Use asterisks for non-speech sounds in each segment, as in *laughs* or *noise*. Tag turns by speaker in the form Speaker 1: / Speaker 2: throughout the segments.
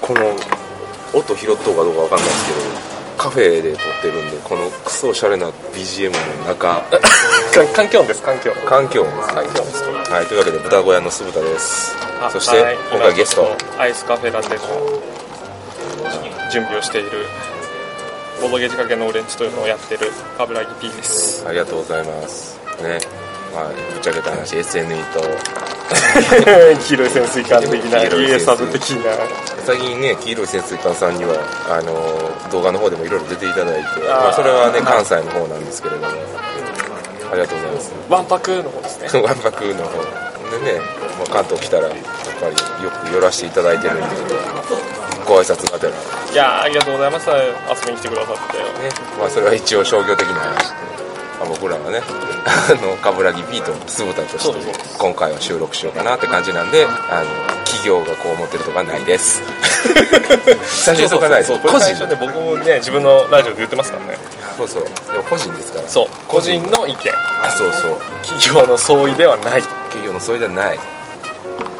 Speaker 1: この
Speaker 2: 音拾っとうかどうかわかんないですけどカフェで撮ってるんでこのクソおしゃれな BGM の中
Speaker 1: 環境音です環境音
Speaker 2: 環境音です環境音ですはいというわけで豚小屋の酢豚です
Speaker 3: あ
Speaker 2: そして
Speaker 3: はい
Speaker 2: 今回ゲスト
Speaker 3: アイスカフェラテの準備をしているボドゲ仕掛けのオレンジというのをやってる冠城 P
Speaker 2: *laughs*
Speaker 3: です
Speaker 2: ありがとうございますねまあぶっちゃけた話 SNE と
Speaker 1: 黄色い潜水艦的な
Speaker 2: 黄色い潜水
Speaker 1: ESR 的な
Speaker 2: 最近ね黄色い潜水艦さんにはあの動画の方でもいろいろ出ていただいて
Speaker 3: あー
Speaker 2: まあ、それはね関西の方なんですけれどもありがとうございます
Speaker 3: ワンパクの方です
Speaker 2: *laughs*
Speaker 3: ね
Speaker 2: わんぱくの方でね、まあ、関東来たらやっぱりよく寄らせていただいてるんでご挨拶がてらね、
Speaker 3: いやーありがとうございました遊びに来てくださって
Speaker 2: まあ、それは一応商業的な話で、まあ、僕らはね *laughs* あの冠城 P と酢豚とし
Speaker 3: そうですそうで
Speaker 2: て今回は収録しようかなって感じなんであの企業がこう思ってるとかないです最初にそこはないです
Speaker 3: そうそう
Speaker 2: 個
Speaker 3: こ
Speaker 2: 人
Speaker 3: れ最初ね僕もね自分のラジオで言ってますからね
Speaker 2: そうそうでも個人ですから
Speaker 3: そう個人の意見
Speaker 2: あそうそう
Speaker 3: 企業の相違ではない、
Speaker 2: 企業のそれじゃない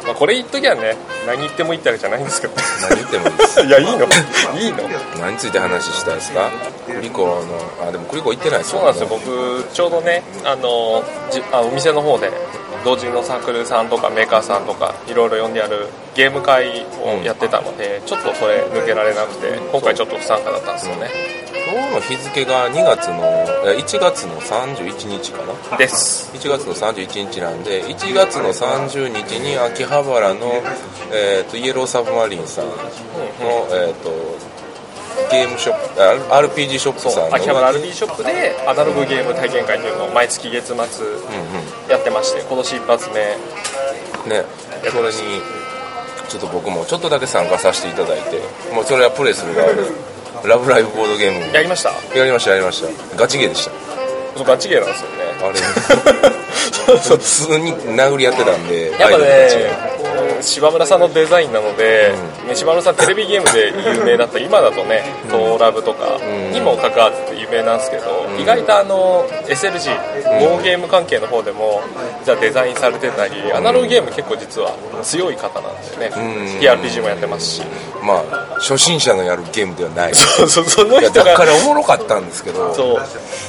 Speaker 3: まあ、これ言っときゃね何言ってもいいってわけじゃないんですけど
Speaker 2: 何言ってもいいです
Speaker 3: いやいいの *laughs* いいの
Speaker 2: 何について話したいですかクリコのあでもクリコ行ってないです
Speaker 3: そうなんですよ僕ちょうどねあのじあお店の方で同人のサークルさんとかメーカーさんとかいろいろ呼んであるゲーム会をやってたので、ちょっとそれ抜けられなくて今回ちょっと不参加だったんですよね、
Speaker 2: 今日の日付が2月のえ1月の31日かな
Speaker 3: です
Speaker 2: 1月の31日なんで1月の30日に秋葉原の、えー、とイエローサブマリンさんの、えー、とゲームショップあ RPG ショップ
Speaker 3: そ
Speaker 2: さん
Speaker 3: う
Speaker 2: の
Speaker 3: 秋葉原 RB ショップでアナログゲーム体験会というのを毎月月末やってまして今年一発目
Speaker 2: ねそれにちょっと僕もちょっとだけ参加させていただいてもうそれはプレイする側で「ラブライブボードゲーム」
Speaker 3: やりました
Speaker 2: やりましたやりましたガチゲーでした
Speaker 3: そうガチゲーなんですよね
Speaker 2: あ
Speaker 3: *laughs*
Speaker 2: れ普通に殴り合ってたんで
Speaker 3: やっぱ
Speaker 2: アイドルたちが
Speaker 3: ね、うん柴村さんのデザインなので、ね柴村さん、テレビゲームで有名だった、今だとね、ドーラブとかにも関わって有名なんですけど、意外とあの SLG、ボーゲーム関係の方でも、じゃあデザインされてたり、アナログゲーム、結構実は強い方なんでね、PRPG もやってますし、
Speaker 2: まあ初心者のやるゲームではない
Speaker 3: *laughs* そ *laughs* その
Speaker 2: いや
Speaker 3: 人
Speaker 2: だ
Speaker 3: が
Speaker 2: からおもろかったんですけど
Speaker 3: そう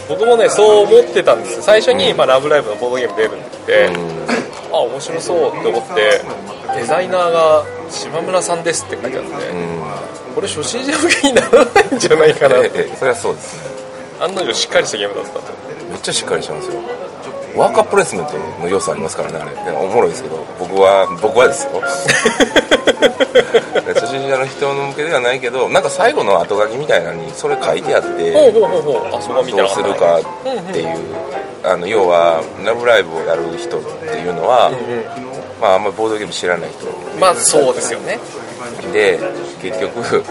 Speaker 3: 僕もねそう思ってたんですよ最初に、まあ「ラブライブ!」のボードゲーム出るって言って、あ面白そうって思ってデザイナーが「島村さんです」って書いてあって、これ初心者向けにならないんじゃないかなっ
Speaker 2: え
Speaker 3: て
Speaker 2: えそれはそうですね
Speaker 3: 案の定しっかりしたゲームだったと
Speaker 2: めっちゃしっかりしてますよワーカープレイスメントの要素ありますからねあれでおもろいですけど僕は僕はですよ初心者の人向けではないけどなんか最後の後書きみたいなのにそれ書いてあって
Speaker 3: ほうほうほうほうあそこ見て
Speaker 2: どう
Speaker 3: なかっ
Speaker 2: す
Speaker 3: た
Speaker 2: るかっていうあの要は「ラブライブ!」をやる人っていうのは、まあ、あんまりボードゲーム知らない人
Speaker 3: まあそうですよね
Speaker 2: で結局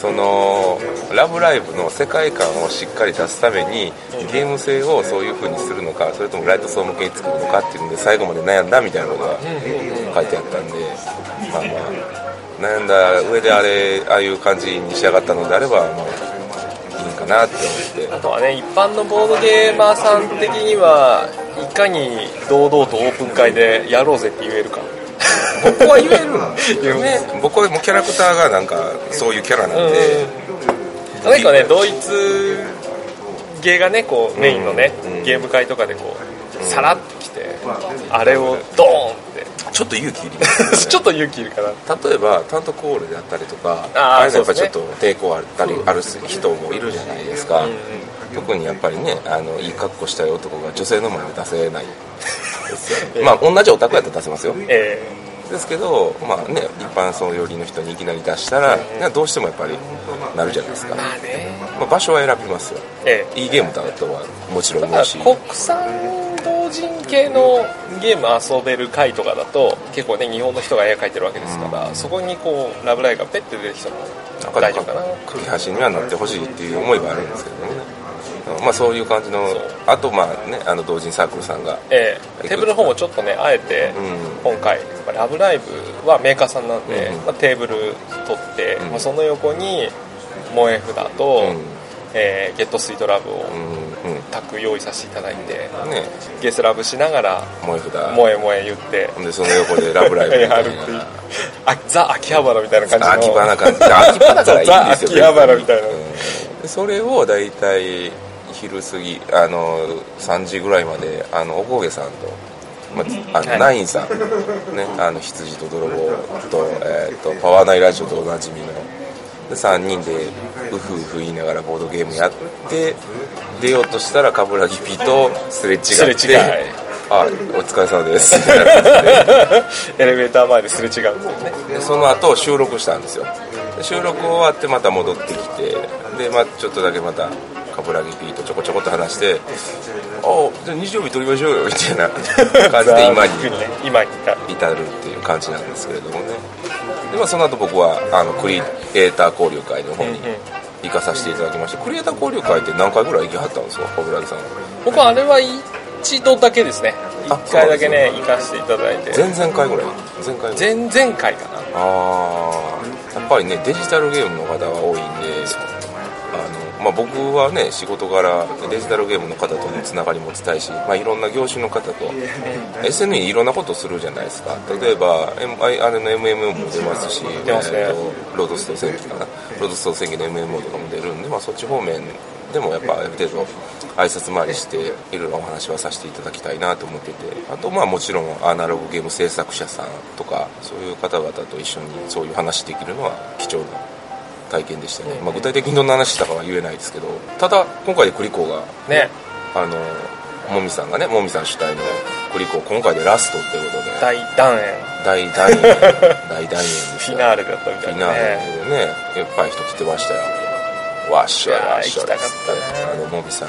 Speaker 2: その「ラブライブ!」の世界観をしっかり出すためにゲーム性をそういう風にするのかそれともライト層向けに作るのかっていうので最後まで悩んだみたいなことが書いてあったんでまあまあ悩んだ上であれああいう感じに仕上がったのであればまあいいんかなって思って
Speaker 3: あ。とはね一般のボードゲーマーさん的にはいかに堂々とオープン会でやろうぜって言える
Speaker 2: *laughs*
Speaker 3: か
Speaker 2: 僕は言えるんですよね僕はもうキャラクターがなんかそういうキャラなんで、
Speaker 3: なんかねドイツゲーがねこうメインのね、ゲーム会とかでこうさらってきて、あれをドーンっ
Speaker 2: ちょっと勇気いります
Speaker 3: て *laughs* ちょっと勇気いるかな
Speaker 2: 例えば担当コールであったりとか
Speaker 3: あー
Speaker 2: あれがやっぱち
Speaker 3: そ
Speaker 2: ょ
Speaker 3: う
Speaker 2: っ
Speaker 3: です
Speaker 2: と抵抗あったりある人もいるじゃないですか、特にやっぱりねあのいい格好したい男が女性の前で出せ
Speaker 3: *laughs*
Speaker 2: ないですよまあ同じオタクやったら出せますよ
Speaker 3: え
Speaker 2: ですけどまあね一般層寄りの人にいきなり出したらいやどうしてもやっぱりなるじゃないですか、
Speaker 3: ー、ね
Speaker 2: まあ、場所は選びますよ
Speaker 3: ええ
Speaker 2: いいゲームだとはもちろん
Speaker 3: ま
Speaker 2: 思
Speaker 3: あ
Speaker 2: うし
Speaker 3: 国産同人系のゲーム遊べる会とかだと結構ね日本の人が絵描いてるわけですから、そこにこうラブライブがペッて出てきても
Speaker 2: なん
Speaker 3: 大丈夫かな
Speaker 2: 架橋にはなってほしいっていう思いがあるんですけどね、まあ、そういう感じの
Speaker 3: う
Speaker 2: あとまあねあの同人サークルさんが
Speaker 3: ええ、テーブルの方もちょっとねあえて今回「ラブライブ!」はメーカーさんなんで、
Speaker 2: うん
Speaker 3: まあ、テーブル取って、まあ、その横に萌え札と、
Speaker 2: ん
Speaker 3: えーゲットスイートラブを
Speaker 2: うんうん
Speaker 3: タッグ用意させていただいて、
Speaker 2: ね
Speaker 3: ゲスラブしながら
Speaker 2: 萌え札
Speaker 3: 萌え萌え言って *laughs*
Speaker 2: ほんでその横で「ラブライブ」みたい
Speaker 3: やるっていう
Speaker 2: な
Speaker 3: あザ・秋葉原みたいな感じの
Speaker 2: 秋葉な感じ秋葉だからいいんですよ
Speaker 3: *laughs* ザ秋葉原みたいな
Speaker 2: うんそれを大体昼過ぎあの3時ぐらいまであのおこげさんと、まあ、あのナインさん、ね、あの羊と泥棒と,、えーとパワーナイラジオとおなじみので3人でうふうふ言いながらボードゲームやって出ようとしたら冠城 P とすれ違って
Speaker 3: すれ違い
Speaker 2: あお疲れ様です」
Speaker 3: エレベーター前ですれ違うんですよね
Speaker 2: でその後収録したんですよで収録終わってまた戻ってきてで、まあ、ちょっとだけまた冠城 P とちょこちょこっと話して「あじゃあ日曜日撮りましょうよ」みたいな感 *laughs* じで今に
Speaker 3: ね今に至る
Speaker 2: 至るっていう感じなんですけれどもねで、まあ、その後僕はあのクリエイター交流会の方に行かさせていただきましてクリエイター交流会って何回ぐらい行きはったんですか冠城さん
Speaker 3: 僕はあれは一度だけですね
Speaker 2: あ
Speaker 3: 一回だけね行かせていただいて
Speaker 2: 前々回ぐらい前回ぐらい
Speaker 3: 前々回かな
Speaker 2: ああやっぱりねデジタルゲームの方が多いんであの、まあ、僕はね仕事柄デジタルゲームの方とのつながりもしたいし、まあ、いろんな業種の方と SNE いろんなことするじゃないですか例えば M- ああれの MMO も出ますし
Speaker 3: 出ますね
Speaker 2: えーとロードスト戦記かなロードスト戦記の MMO とかも出るんで、まあ、そっち方面でもやっぱある程度挨拶回りしていろいろお話はさせていただきたいなと思っててあとまあもちろんアナログゲーム制作者さんとかそういう方々と一緒にそういう話できるのは貴重な体験でしたね、まあ、具体的にどんな話したかは言えないですけどただ今回で栗子が
Speaker 3: ね
Speaker 2: あのもみさんがねもみさん主体の栗子今回でラストっていうことで
Speaker 3: 大団円
Speaker 2: 大団円大団円です
Speaker 3: フ
Speaker 2: よ
Speaker 3: ィナーレだったみた
Speaker 2: フィ
Speaker 3: い
Speaker 2: ナ
Speaker 3: なね
Speaker 2: ーレでねいっぱい人来てましたよわっしょい
Speaker 3: いやー
Speaker 2: わっしょい
Speaker 3: 行きたかっ
Speaker 2: つ
Speaker 3: た
Speaker 2: ってあのもみさん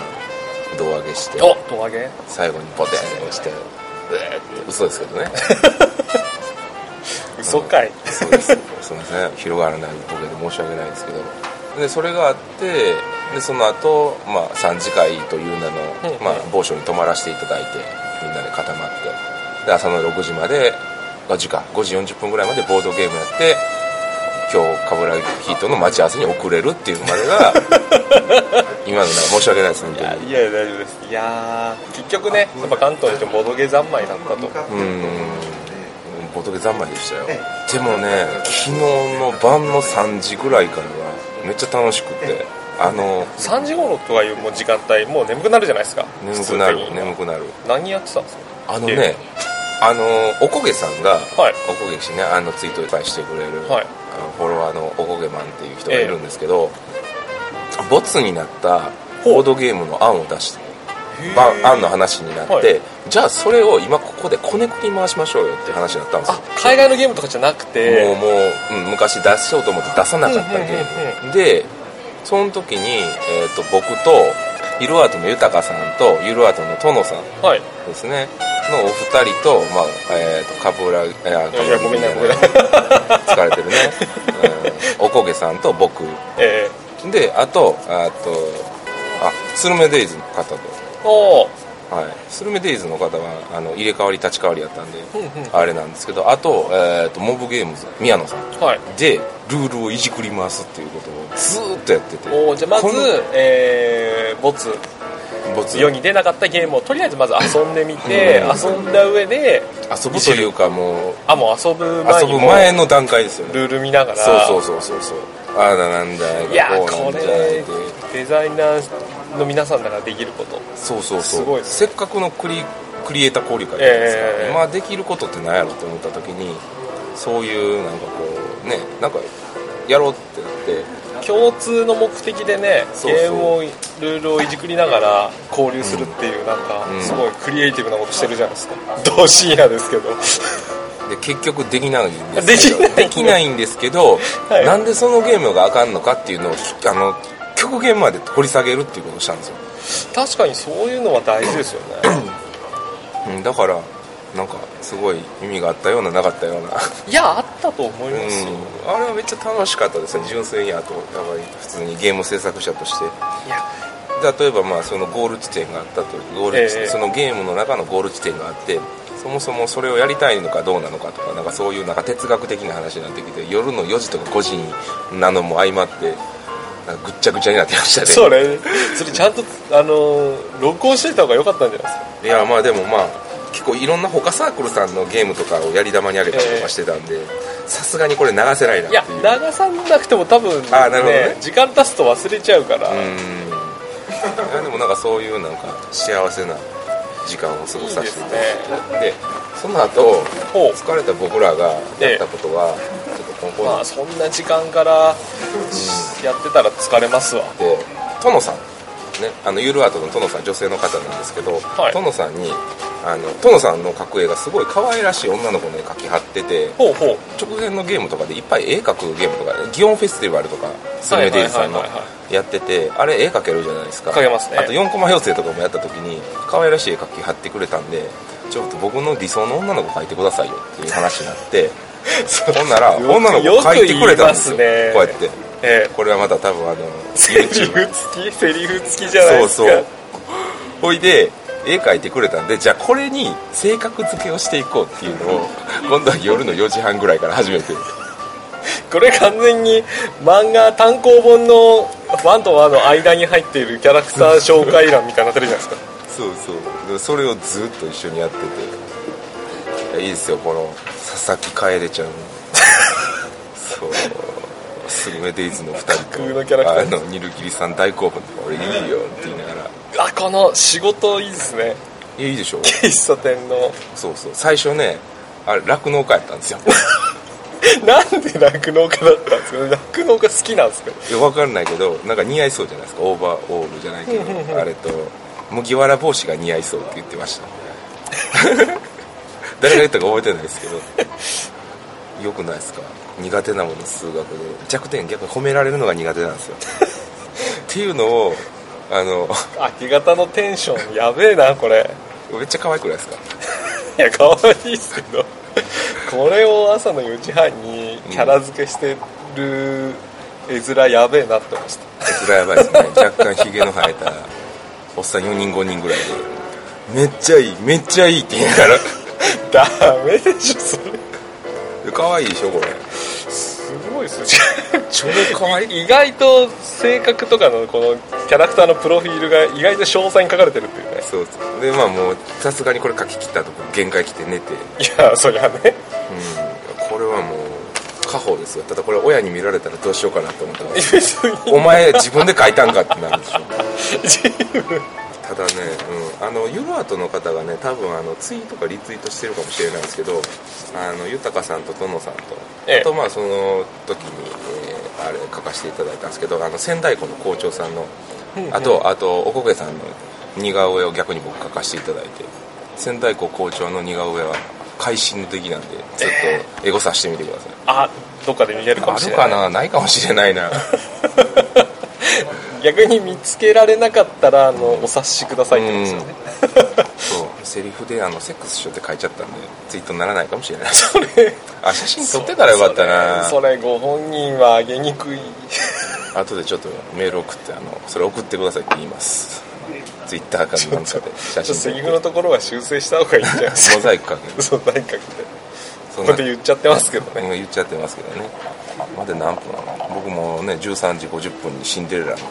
Speaker 2: 胴上げして
Speaker 3: お胴上げ
Speaker 2: 最後にポテン押してうえーって嘘ですけどね
Speaker 3: 嘘かい
Speaker 2: そうですすいません広がらないボケで申し訳ないですけどでそれがあってでその後、まあ3次会という名の、
Speaker 3: うん
Speaker 2: まあ、某所に泊まらせていただいてみんなで固まってで朝の6時まで5時か5時40分ぐらいまでボードゲームやって今日冠城ヒートの待ち合わせに遅れるっていうのまで
Speaker 3: *laughs*
Speaker 2: が今のなんか申し訳ないです本当
Speaker 3: いや
Speaker 2: に
Speaker 3: いや大丈夫ですいやー結局ねやっぱ関東にしてボドゲ三昧だったと
Speaker 2: うーんボトゲ三昧でしたよでもね昨日の晩の3時ぐらいからはめっちゃ楽しくてあの
Speaker 3: 3時頃とかいうもう時間帯もう眠くなるじゃないですか
Speaker 2: 眠くなる
Speaker 3: 普通的に
Speaker 2: 眠くなる
Speaker 3: 何やってたんです
Speaker 2: あの
Speaker 3: いや
Speaker 2: ねあのおこげさんが、
Speaker 3: はい
Speaker 2: おこげしねあのツイートいっぱいしてくれる、
Speaker 3: はい
Speaker 2: あのフォロワーのおこげマンっていう人がいるんですけど、ボツになったボードゲームの案を出してば案の話になって、
Speaker 3: はい
Speaker 2: じゃあそれを今ここでこねくり回しましょうよっていう話になったんですよ
Speaker 3: あ海外のゲームとかじゃなく
Speaker 2: もう
Speaker 3: て
Speaker 2: もう、うん昔出しようと思って出さなかったゲームでその時に、えー、と僕とイルアートの豊さんとイルアートの殿さん
Speaker 3: はい
Speaker 2: ですねのお二人と、まあえー、とカブラいや
Speaker 3: いやごめんなさいごめんなさ
Speaker 2: 疲れてる
Speaker 3: *laughs*
Speaker 2: ね、うんおこげさんと僕
Speaker 3: え
Speaker 2: であとあとあスルメデイズの方と
Speaker 3: ー、おー
Speaker 2: はい、スルメデイズの方はあの入れ替わり立ち替わりやったんで、
Speaker 3: んうん
Speaker 2: あれなんですけどあと,、えー、とモブゲームズ宮野さん
Speaker 3: はい
Speaker 2: でルールをいじくり回すっていうことをずーっとやってて
Speaker 3: おーじゃあまず
Speaker 2: この、
Speaker 3: えー、ボツ
Speaker 2: ボツ
Speaker 3: 世に出なかったゲームをとりあえずまず遊んでみて
Speaker 2: う
Speaker 3: 遊んだ上で
Speaker 2: 遊ぶというかもう
Speaker 3: あもう遊ぶ前
Speaker 2: 遊
Speaker 3: に
Speaker 2: ぶ
Speaker 3: も
Speaker 2: 前の段階ですよね
Speaker 3: ルール見ながら
Speaker 2: そうそうそうそうそうああだなんだ
Speaker 3: いやー
Speaker 2: こ
Speaker 3: こ
Speaker 2: うなんじゃって
Speaker 3: れデザイナーの皆さんだからできること
Speaker 2: そうそう
Speaker 3: すご
Speaker 2: そ
Speaker 3: いうです
Speaker 2: せっかくのクリクリエイター交流会じゃないですか、
Speaker 3: ええ
Speaker 2: まあできることって何やろって思った時にそういうなんかこうねなんかやろうってなって
Speaker 3: 共通の目的でね
Speaker 2: そうそう
Speaker 3: ゲームをルールをいじくりながら交流するっていう、なんか、
Speaker 2: うん
Speaker 3: すごいクリエイティブなことしてるじゃないですか同深夜です
Speaker 2: *laughs*
Speaker 3: けど
Speaker 2: で結局できないんですけど
Speaker 3: できない
Speaker 2: できないんですけど、
Speaker 3: はい
Speaker 2: なんでそのゲームがあかんのかっていうのをあの極限まで掘り下げるっていうことをしたんですよ、
Speaker 3: 確かにそういうのは大事ですよ
Speaker 2: *laughs*
Speaker 3: ね
Speaker 2: うん、だからなんかすごい意味があったようななかったような、うん、あ
Speaker 3: いやあったと思いますよ、
Speaker 2: れはめっちゃ楽しかったですね純粋にあとやっぱり普通にゲーム制作者として
Speaker 3: いや
Speaker 2: 例えばまあそのゴール地点があったとゴール地
Speaker 3: ええ
Speaker 2: そのゲームの中のゴール地点があってそもそもそれをやりたいのかどうなのかとかなんかそういうなんか哲学的な話になってきて夜の4時とか5時になのも相まってなんかぐっちゃぐちゃになってましたね
Speaker 3: それそれちゃんとあの録音してた方が良かったんじゃないですか
Speaker 2: いやまあでもまあ結構いろんな他サークルさんのゲームとかをやり玉にあげたりとかしてたんでさすがにこれ流せないない
Speaker 3: や
Speaker 2: っていう
Speaker 3: 流さなくても多分、ね
Speaker 2: あなるほどね
Speaker 3: 時間経つと忘れちゃうから、
Speaker 2: うんいやでもなんかそういうなんか幸せな時間を過ご
Speaker 3: いい
Speaker 2: さ
Speaker 3: で
Speaker 2: せて
Speaker 3: す
Speaker 2: いた
Speaker 3: ね
Speaker 2: だいてでその後
Speaker 3: ほう
Speaker 2: 疲れた僕らがやったことはちょっとここ
Speaker 3: まあ
Speaker 2: に
Speaker 3: そんな時間からやってたら疲れますわ
Speaker 2: で殿さんねあのユールアートの殿さん女性の方なんですけど、
Speaker 3: はい
Speaker 2: 殿さんにあの殿さんの描く絵がすごい可愛らしい女の子の絵描き張ってて
Speaker 3: ほうほう
Speaker 2: 直前のゲームとかでいっぱい絵描くゲームとか祇園フェスティバルとかスネデイズさんの
Speaker 3: はいはいはいは
Speaker 2: やっててあれ絵描けるじゃないですか
Speaker 3: 描けますね
Speaker 2: あと4コマ妖精とかもやった時に可愛らしい絵描き貼ってくれたんでちょっと僕の理想の女の子描いてくださいよっていう話になって
Speaker 3: *laughs*
Speaker 2: ほんなら女の子描いてくれたんですよ
Speaker 3: よく言い
Speaker 2: こうや
Speaker 3: ますね
Speaker 2: って
Speaker 3: え
Speaker 2: これはまた多分あの
Speaker 3: セリフ
Speaker 2: YouTube
Speaker 3: 付きセリフ付きじゃないです
Speaker 2: そ
Speaker 3: か
Speaker 2: うそうほいで絵描いてくれたんでじゃあこれに性格付けをしていこうっていうのを今度は夜の4時半ぐらいから始めて
Speaker 3: これ完全に漫画単行本のワンとワンの間に入っているキャラクター紹介欄みたいになってるじゃないですか
Speaker 2: そうそうでそれをずっと一緒にやってていやいいですよこの佐々木楓ちゃんそうスルメデイズの2人と
Speaker 3: 架空のキャラクターです
Speaker 2: あのニルギリさん大興奮とか俺いいよって言いながら
Speaker 3: あこの仕事いいですね
Speaker 2: いやいいでしょ
Speaker 3: *laughs* 喫茶店の
Speaker 2: そうそう最初ねあれ酪農家やったんですよ
Speaker 3: *laughs* なんで酪農家だったんですか酪農家好きなんですか
Speaker 2: いやわかんないけどなんか似合いそうじゃないですかオーバーオールじゃないけどあれと麦わら帽子が似合いそうって言ってました *laughs* 誰が言ったか覚えてないですけどよくないですか苦手なもの数学で弱点逆に褒められるのが苦手なんですよっていうのをあの
Speaker 3: 明け方のテンションやべえなこれ
Speaker 2: めっちゃ可愛くないですか
Speaker 3: いや可愛いっすけどこれを朝の4時半にキャラ付けしてる絵面やべえなって思いました
Speaker 2: それはやばいですね若干ひげの生えたおっさん4人5人ぐらいでめっちゃいいめっちゃいいって言いながら
Speaker 3: ダメでしょそれ
Speaker 2: 可愛いでしょこれ
Speaker 3: すごいっすね超可愛い意外と性格とかのこのキャラクターのプロフィールが意外と詳細に書かれてるっていうね
Speaker 2: そうそうでまあもうさすがにこれ書き切ったとこ限界来て寝て、うん、
Speaker 3: いやそりゃね
Speaker 2: これはもう家宝ですよただこれ親に見られたらどうしようかなと思ったから
Speaker 3: *laughs* 別に
Speaker 2: お前自分で書いたんかってなるでしょ
Speaker 3: 自分
Speaker 2: ただね、うん、あのユーアートの方がね多分あのツイートかリツイートしてるかもしれないんですけどあの豊さんと殿さんと、
Speaker 3: ええ
Speaker 2: あとまあその時に、えーあれ書かせていただいたんですけどあの仙台湖の校長さんのあとあとおこげさんの似顔絵を逆に僕書かせていただいて仙台湖校長の似顔絵は会心の出来なんでちょっとエゴさしてみてください、
Speaker 3: あどっかで見えるかも
Speaker 2: あ
Speaker 3: しれ
Speaker 2: る
Speaker 3: な
Speaker 2: か
Speaker 3: い
Speaker 2: なないかもしれないな
Speaker 3: 逆に見つけられなかったらあのお察しくださいってことですよね、
Speaker 2: そうセリフであの「セックスしよう」って書いちゃったんでツイートにならないかもしれない
Speaker 3: *laughs* それ
Speaker 2: あ写真撮ってたらよかったな
Speaker 3: それそれご本人はあげにくい
Speaker 2: 後でちょっとメール送ってあのそれ送ってくださいって言いますツイッターかなんかで写
Speaker 3: *laughs* ちょっとセ
Speaker 2: 真
Speaker 3: リ
Speaker 2: で
Speaker 3: フのところは修正した方がいいんじゃないですか
Speaker 2: モザイクかける
Speaker 3: *laughs* そう何かって
Speaker 2: そん
Speaker 3: *laughs*
Speaker 2: な
Speaker 3: これ言っちゃってますけど
Speaker 2: う
Speaker 3: ね
Speaker 2: ん言っちゃってますけどねまだ何分なの僕もね13時50分にシンデレラなんで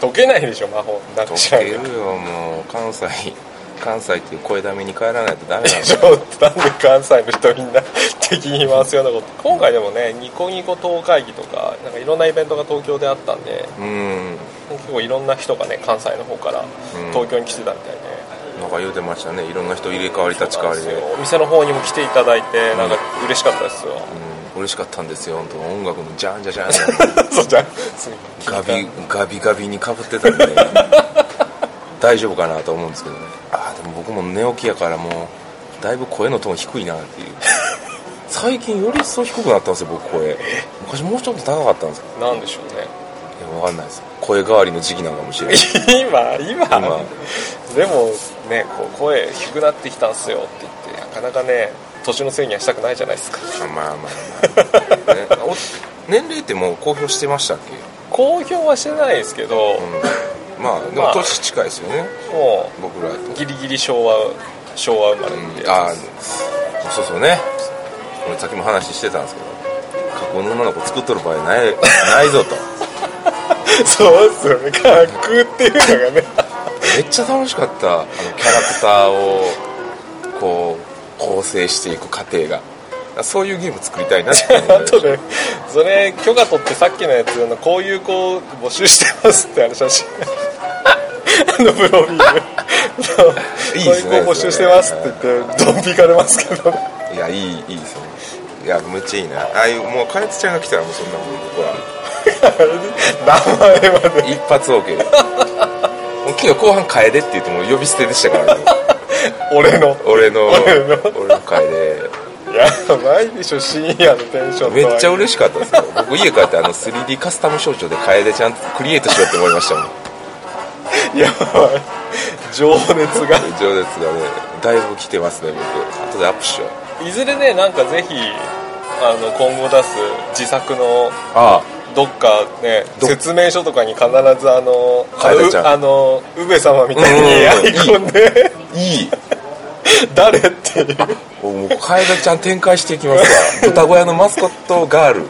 Speaker 3: 解けないでしょ魔法なっ
Speaker 2: 溶
Speaker 3: ちゃう
Speaker 2: けるよもう関西関西っていう声だめに帰らないとダメなん
Speaker 3: ち
Speaker 2: だ
Speaker 3: *laughs* ょっとなんで関西の人みんな敵に回すようなこと今回でもねニコニコ党会議とかなんかいろんなイベントが東京であったんで
Speaker 2: うん
Speaker 3: 結構いろんな人がね関西の方から東京に来てたみたいで、
Speaker 2: なんか言うてましたねいろんな人入れ替わり立ち替わりで
Speaker 3: お店の方にも来ていただいてなんか嬉しかったです
Speaker 2: う
Speaker 3: よ、
Speaker 2: ん嬉しかったんですよ本当音楽のジャンジャジャン
Speaker 3: *laughs* そうじゃん
Speaker 2: ガビガビガビにかぶってたんで大丈夫かなと思うんですけどねあーでも僕も寝起きやからもうだいぶ声のトーン低いなっていう最近より一層低くなったんですよ僕声昔もうちょっと高かったんですよ
Speaker 3: なんでしょうね
Speaker 2: いやわかんないです声変わりの時期なのかもしれない
Speaker 3: *laughs* 今今
Speaker 2: 今
Speaker 3: でもねこう声低くなってきたんすよって言ってなかなかね年のせいにはしたくないじゃないですか
Speaker 2: あまあまあまあ、ねお年齢ってもう公表してましたっけ、
Speaker 3: 公表はしてないですけど、
Speaker 2: うん、まあで
Speaker 3: ま
Speaker 2: も
Speaker 3: あ
Speaker 2: 年近いですよね
Speaker 3: も
Speaker 2: 僕らと、
Speaker 3: うギリギリ昭和昭和生まれって
Speaker 2: あ
Speaker 3: やつです
Speaker 2: ーそうそうねこれさっきも話してたんですけど過去の女の子作っとる場合ないないぞと
Speaker 3: *laughs* そうっすよね架空っていうのがね
Speaker 2: めっちゃ楽しかったあのキャラクターをこう構成していく過程がそういうゲーム作りたいなっていう
Speaker 3: *laughs* あとねそれ許可取ってさっきのやつのこういう子を募集してますってあの写真あのブロフィールそう
Speaker 2: いいで
Speaker 3: こうい
Speaker 2: す
Speaker 3: う
Speaker 2: ね
Speaker 3: 子募集してますって言ってドン引かれますけど
Speaker 2: いやいいいいですねいやめっちゃいいなああいうもう加熱ちゃんが来たらもうそんなもん僕は
Speaker 3: 名前まで
Speaker 2: 一発
Speaker 3: *laughs*
Speaker 2: OK でもう昨日後半楓って言ってもう呼び捨てでしたからね
Speaker 3: 俺の
Speaker 2: 俺の
Speaker 3: *laughs* 俺の
Speaker 2: 俺の会で
Speaker 3: やばいでしょ深夜のテンション
Speaker 2: めっちゃ
Speaker 3: う
Speaker 2: 嬉しかったですよ僕家帰ってあの 3D カスタム象徴で楓ちゃんとクリエイトしようって思いましたもん
Speaker 3: やばい情熱が
Speaker 2: 情熱がねだいぶ来てますね僕後でアップしよう
Speaker 3: いずれねなんかぜひあの今後出す自作の
Speaker 2: あ
Speaker 3: どっかね
Speaker 2: ど
Speaker 3: 説明書とかに必ずあのあ
Speaker 2: 楓ちゃん
Speaker 3: うあの宇部様みたいにアイコンで *laughs*
Speaker 2: あいい
Speaker 3: 誰っていう
Speaker 2: もう楓ちゃん展開していきます *laughs* わ豚小屋のマスコットガール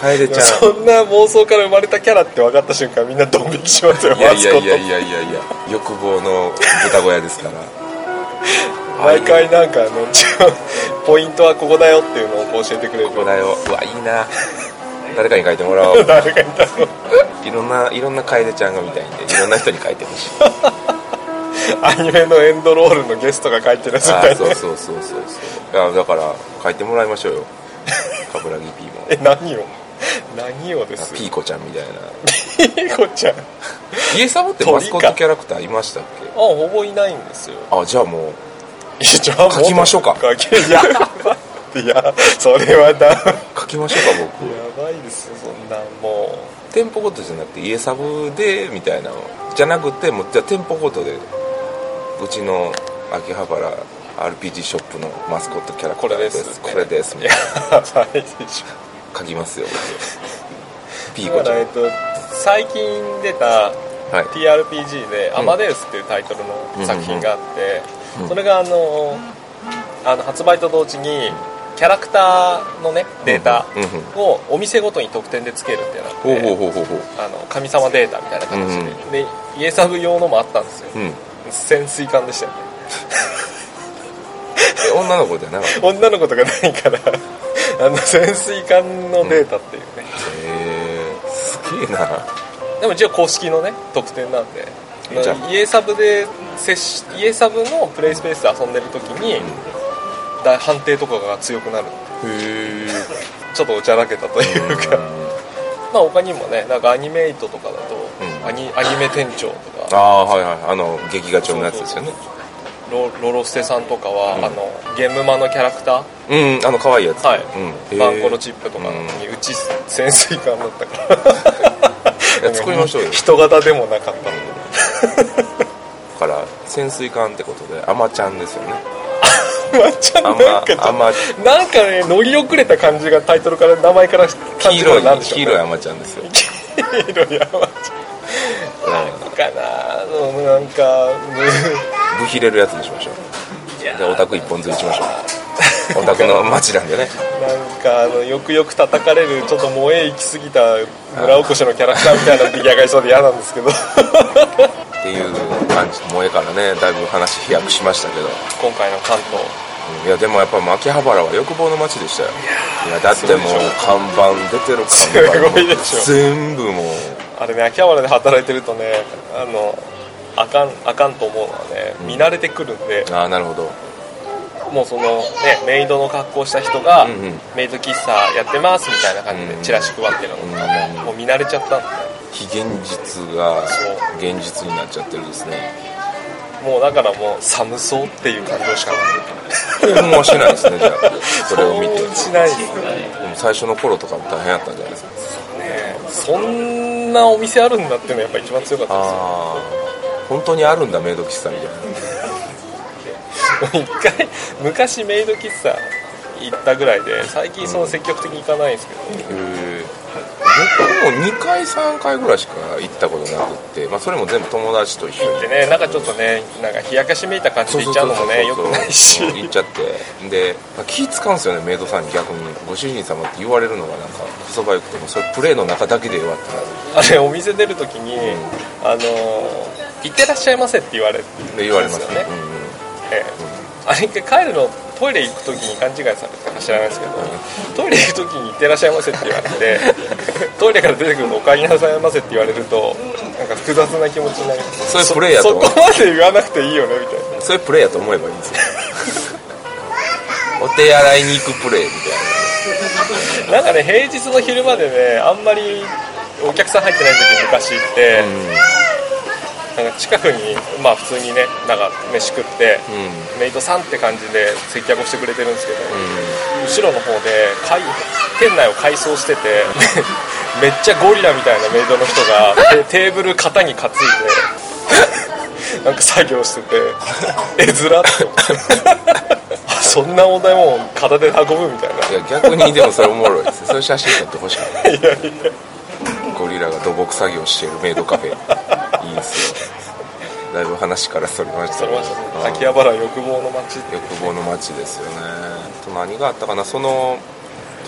Speaker 2: 楓ちゃん
Speaker 3: そんな妄想から生まれたキャラって分かった瞬間みんなドン引きしますよ
Speaker 2: いや
Speaker 3: マ
Speaker 2: い
Speaker 3: ス
Speaker 2: や
Speaker 3: コ
Speaker 2: いや
Speaker 3: ッ
Speaker 2: いやいやいや欲望の豚小屋ですから
Speaker 3: ト毎回なんかあの一応ポイントはここだよっていうのをこう教えてくれる
Speaker 2: これをうわいいな誰かに書いてもらおう
Speaker 3: 誰かいたの
Speaker 2: いろんないろんな楓ちゃんが見たいんでいろんな人に書いてほしい
Speaker 3: アニメのエンドロールのゲストが書いてるやつみ
Speaker 2: あ
Speaker 3: た
Speaker 2: ー
Speaker 3: いな
Speaker 2: そうそうそうそうそういやだから書いてもらいましょうよ冠城 P も *laughs*
Speaker 3: え何を何をです
Speaker 2: ピーコちゃんみたいな
Speaker 3: ピ *laughs* ーコちゃんあ
Speaker 2: イエサボってマスコットキャラクターいましたっけ
Speaker 3: ほぼいないんですよ
Speaker 2: あじゃあもう
Speaker 3: いやじゃあも
Speaker 2: 書きましょうか
Speaker 3: 書きやばいいやそれはだ
Speaker 2: 書きましょうか僕
Speaker 3: やばいですよそんなんも
Speaker 2: 店舗ごとじゃなくて家サブでみたいなのじゃなくてもうじゃあ店舗ごとでうちの秋葉原 RPG ショップのマスコットキャラクターです
Speaker 3: こ
Speaker 2: これ
Speaker 3: れ
Speaker 2: です
Speaker 3: う
Speaker 2: み
Speaker 3: や
Speaker 2: たいな
Speaker 3: ばいでしょ
Speaker 2: 書きます *laughs* よ僕ピー
Speaker 3: だ
Speaker 2: コ
Speaker 3: か
Speaker 2: ちゃ
Speaker 3: ら
Speaker 2: ん
Speaker 3: えっと最近出た
Speaker 2: はい
Speaker 3: TRPG で「
Speaker 2: ん
Speaker 3: アマデウス」っていうタイトルの作品があってそれがあのあの発売と同時にキャラクターのねデータ
Speaker 2: うんうん
Speaker 3: をお店ごとに特典でつけるってなっ
Speaker 2: ほうほう
Speaker 3: て
Speaker 2: ほうほうほう
Speaker 3: あの神様データみたいな形
Speaker 2: うん
Speaker 3: でで家サブ用のもあったんですよ
Speaker 2: うんえ
Speaker 3: 潜水艦でしたよね
Speaker 2: 女の子じゃなかった
Speaker 3: 女の子とかないからあの潜水艦のデータっていうね、
Speaker 2: へえすげえな
Speaker 3: でも一応公式のね特典なんで
Speaker 2: じゃあ
Speaker 3: 家サブで接し家サブのプレイスペースで遊んでる時に、だ判定とかが強くなる
Speaker 2: へ
Speaker 3: ちょっとおちゃらけたというか、まあ他にもねなんかアニメイトとかだと、
Speaker 2: うん
Speaker 3: アニアニメ店長と
Speaker 2: あ
Speaker 3: か
Speaker 2: あはいはいあの劇画調のやつですよね
Speaker 3: ロロロステさんとかは、
Speaker 2: うん
Speaker 3: あのゲームマのキャラクター
Speaker 2: うんあの可愛いやつ
Speaker 3: はい
Speaker 2: うん
Speaker 3: バンコのチップとかにうち潜水艦だったから *laughs*
Speaker 2: いや作りましょうよ
Speaker 3: 人型でもなかったので
Speaker 2: だから潜水艦ってことでアマちゃんですよね
Speaker 3: *laughs* まあちゃん
Speaker 2: ア
Speaker 3: なん
Speaker 2: マ
Speaker 3: かちょっと
Speaker 2: アマ
Speaker 3: なんかね乗り遅れた感じがタイトルから名前から感
Speaker 2: 黄
Speaker 3: じるの
Speaker 2: 色
Speaker 3: はないんでしょ
Speaker 2: 黄
Speaker 3: う、ね、
Speaker 2: 色いアマちゃんですよ
Speaker 3: *laughs* 黄色い山ちゃんなんかなあのなんか
Speaker 2: ブヒレるやつにしましょうでオタク一本釣りしましょうオタクの街なんでね
Speaker 3: なんかあのよくよく叩かれるちょっと萌え行き過ぎた村おこしのキャラクターみたいなの出来上がりそうで嫌なんですけ *laughs* ど
Speaker 2: っていう感じ萌えからねだいぶ話飛躍しましたけど、
Speaker 3: 今回の関東
Speaker 2: うんいやでもやっぱ秋葉原は欲望の街でしたよいやだってもう看板出てる看板
Speaker 3: すごいでしょ
Speaker 2: 全部もう
Speaker 3: あれね秋葉原で働いてるとねあのあかんあかんと思うのはね見慣れてくるんで、
Speaker 2: ああなるほど
Speaker 3: もうその、ね、メイドの格好をした人が、
Speaker 2: うんうん
Speaker 3: メイド喫茶やってますみたいな感じ
Speaker 2: う
Speaker 3: で
Speaker 2: ん
Speaker 3: チラシ配ってるのとか、
Speaker 2: うん
Speaker 3: もう見慣れちゃったん
Speaker 2: 非現実が
Speaker 3: そう
Speaker 2: 現実になっちゃってるですね
Speaker 3: でもうだからもう寒そうっていう感情しかない
Speaker 2: 興奮はしないですねじゃあそれを見て
Speaker 3: そうしないですね
Speaker 2: でも最初の頃とかも大変やったんじゃないですか
Speaker 3: そんなお店あるんだっていうのがやっぱ一番強かったですよ
Speaker 2: ああ本当にあるんだメイド喫茶みたいな
Speaker 3: 一回昔メイド喫茶行ったぐらいで最近その積極的に行かないんですけど、
Speaker 2: へえ僕も2回3回ぐらいしか行ったことなくって、まあ、それも全部友達と一緒に
Speaker 3: でねなんかちょっとねなんか冷やかしめいた感じで行っちゃうのもねよくないし
Speaker 2: うん行っちゃってで、まあ、気使うんですよねメイドさんに逆にご主人様って言われるのがなんかこそばよくてもそれプレーの中だけでええわってなる
Speaker 3: あれお店出るときに、あのー行ってらっしゃいませって言われる
Speaker 2: で言われますね
Speaker 3: ですよね
Speaker 2: うんうん
Speaker 3: ええあれ一回帰るのトイレ行く時に勘違いされたか知らないですけど、トイレ行く時に「行ってらっしゃいませ」って言われ
Speaker 2: *laughs*
Speaker 3: てトイレから出てくるの「お帰りなさいませ」って言われるとなんか複雑な気持ちになります
Speaker 2: それプレイヤー
Speaker 3: そ
Speaker 2: と
Speaker 3: こまで言わなくていいよねみたいな
Speaker 2: それプレイやと思えばいいんです
Speaker 3: *laughs*
Speaker 2: よお手洗いに行くプレイみ
Speaker 3: *laughs* なんかね平日の昼までねあんまりお客さん入ってない時に昔行って、なんか近くにまあ普通にねなんか飯食って、メイドさんって感じで接客をしてくれてるんですけど、後ろの方で会店内を改装してて、 *laughs* めっちゃゴリラみたいなメイドの人がでテーブル肩に担いで *laughs* なんか作業してて絵面って思って *laughs* あそんなお題もん片手で運ぶみたいな
Speaker 2: たいないや逆にでもそれおもろいですよそういう写真撮ってほしかったゴリラが土木作業してるメイドカフェいいですよだいぶ話からそれました
Speaker 3: そ
Speaker 2: け
Speaker 3: れ
Speaker 2: ど
Speaker 3: ましたね秋葉原欲望の街
Speaker 2: 欲望の街ですよねと何があったかなその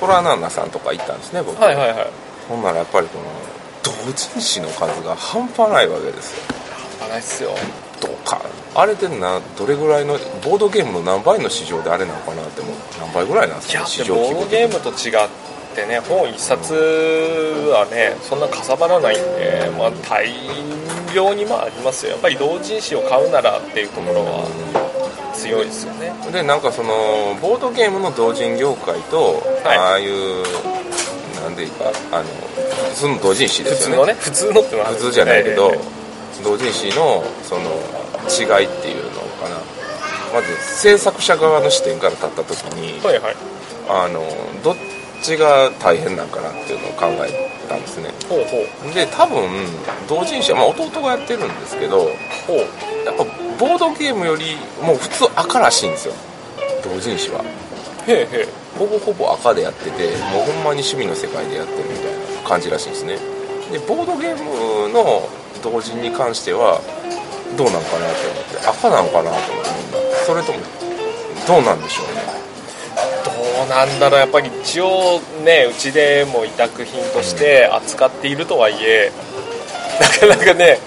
Speaker 2: トラナンナさんとか行ったんですね僕、
Speaker 3: はいはいはい
Speaker 2: ほんならやっぱりこの同人誌の数が半端ないわけですよ
Speaker 3: あないっすよ
Speaker 2: ドカンあれでなどれぐらいのボードゲームの何倍の市場であれなのかなってもう何倍ぐらいなんです
Speaker 3: い
Speaker 2: か
Speaker 3: や
Speaker 2: ね市
Speaker 3: で
Speaker 2: 場
Speaker 3: も
Speaker 2: 規
Speaker 3: ボー
Speaker 2: 模
Speaker 3: ドゲ
Speaker 2: 的
Speaker 3: ームと違ってね本一冊はねそんなかさばらないんで、まあ、大量にまあありますよやっぱり同人誌を買うならっていうところは強いですよね
Speaker 2: でなんかそのボードゲームの同人業界と、
Speaker 3: はい
Speaker 2: ああいうなんでいうかあの普通の同人誌で
Speaker 3: 普
Speaker 2: す
Speaker 3: 通
Speaker 2: よ
Speaker 3: の
Speaker 2: ね
Speaker 3: ね普通のってのはあるん
Speaker 2: 普
Speaker 3: です
Speaker 2: 通じゃないけど、
Speaker 3: ええ
Speaker 2: 同人誌のその違いっていうのかなまず制作者側の視点から立った時に
Speaker 3: はいはい
Speaker 2: あのどっちが大変なんかなっていうのを考えたんですね
Speaker 3: ほうほう
Speaker 2: で多分同人誌は、まあ、弟がやってるんですけど
Speaker 3: ほう
Speaker 2: やっぱボードゲームよりもう普通赤らしいんですよ同人誌は
Speaker 3: へえへえ
Speaker 2: ほぼほぼ赤でやっててもうほんまに趣味の世界でやってるみたいな感じらしいんですねでボードゲームの同人に関してはどうなんかなと思って赤なのかなと思ってみんなそれともどうなんでしょうね
Speaker 3: どうなんだろうやっぱり一応ねうちでも委託品として扱っているとはいえなかなかね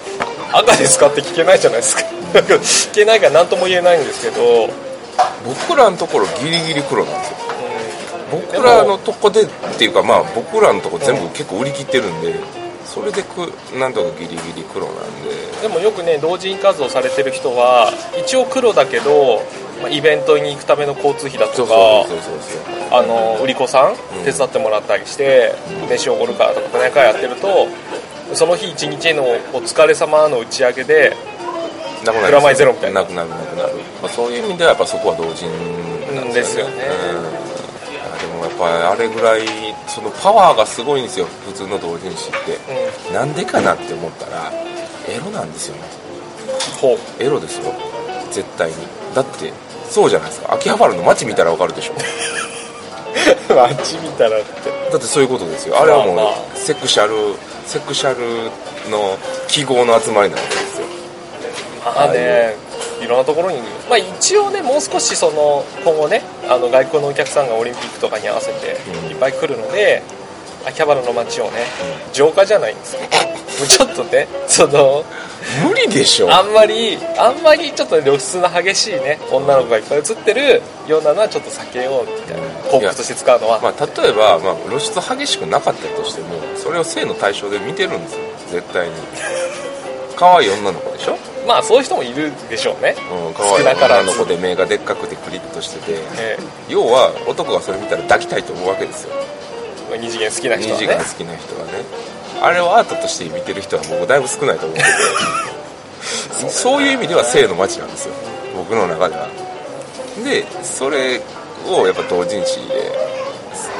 Speaker 3: 赤ですかって聞けないじゃないですかなんか聞けないから何とも言えないんですけど、うん、
Speaker 2: 僕らのところギリギリ黒なんですよ僕らのとこでっていうかまあ僕らのとこ全部結構売り切ってるんでそれでくなんとかギリギリ黒なんで
Speaker 3: でもよくね同人活動されてる人は一応黒だけど、まあ、イベントに行くための交通費だとか
Speaker 2: そうそうそうそうそう
Speaker 3: あの売り子さん手伝ってもらったりして飯おごるからとか何回やってるとその日一日のお疲れ様の打ち上げで
Speaker 2: なくな
Speaker 3: プラマイゼロみたいな
Speaker 2: なくなるなくなる、まあ、そういう意味ではやっぱそこは同人なんですよね
Speaker 3: ですよね
Speaker 2: うんいやでもやっぱりあれぐらいそのパワーがすごいんですよ普通の同人誌って、なんでかなって思ったらエロなんですよね
Speaker 3: ほう
Speaker 2: *laughs* エロですよ絶対にだってそうじゃないですか秋葉原の街見たらわかるでし
Speaker 3: *laughs*
Speaker 2: ょ
Speaker 3: 街見たらって
Speaker 2: だってそういうことですよあれはも
Speaker 3: まあま
Speaker 2: うセクシャルセクシャルの記号の集まりなわけですよ
Speaker 3: まあねいろんなところにまあ一応ねもう少しその今後ねあの外国のお客さんがオリンピックとかに合わせて
Speaker 2: うん
Speaker 3: いっぱい来るので、秋葉原の街をね浄化じゃないんですけどちょっとねその
Speaker 2: 無理でしょ
Speaker 3: あんまりあんまりちょっと露出の激しいね女の子がいっぱい映ってるようなのはちょっと避けようみたいな広告として使うのは、
Speaker 2: まあ、例えば、まあ、露出激しくなかったとしてもそれを性の対象で見てるんですよ絶対に可愛い女の子でしょ、
Speaker 3: まあそういう人もいるでしょうね、
Speaker 2: うん、可愛い
Speaker 3: 少なから
Speaker 2: 女
Speaker 3: ず
Speaker 2: の子で目がでっかくてクリッとしてて
Speaker 3: え
Speaker 2: 要は男がそれ見たら抱きたいと思うわけですよ
Speaker 3: えまあ二次元好きな人
Speaker 2: 虹
Speaker 3: はね
Speaker 2: が好きな人はねあれをアートとして見てる人はもうだいぶ少ないと
Speaker 3: *laughs*
Speaker 2: 思うんでそういう意味では性の街なんですよ僕の中ではでそれをやっぱ同人誌で、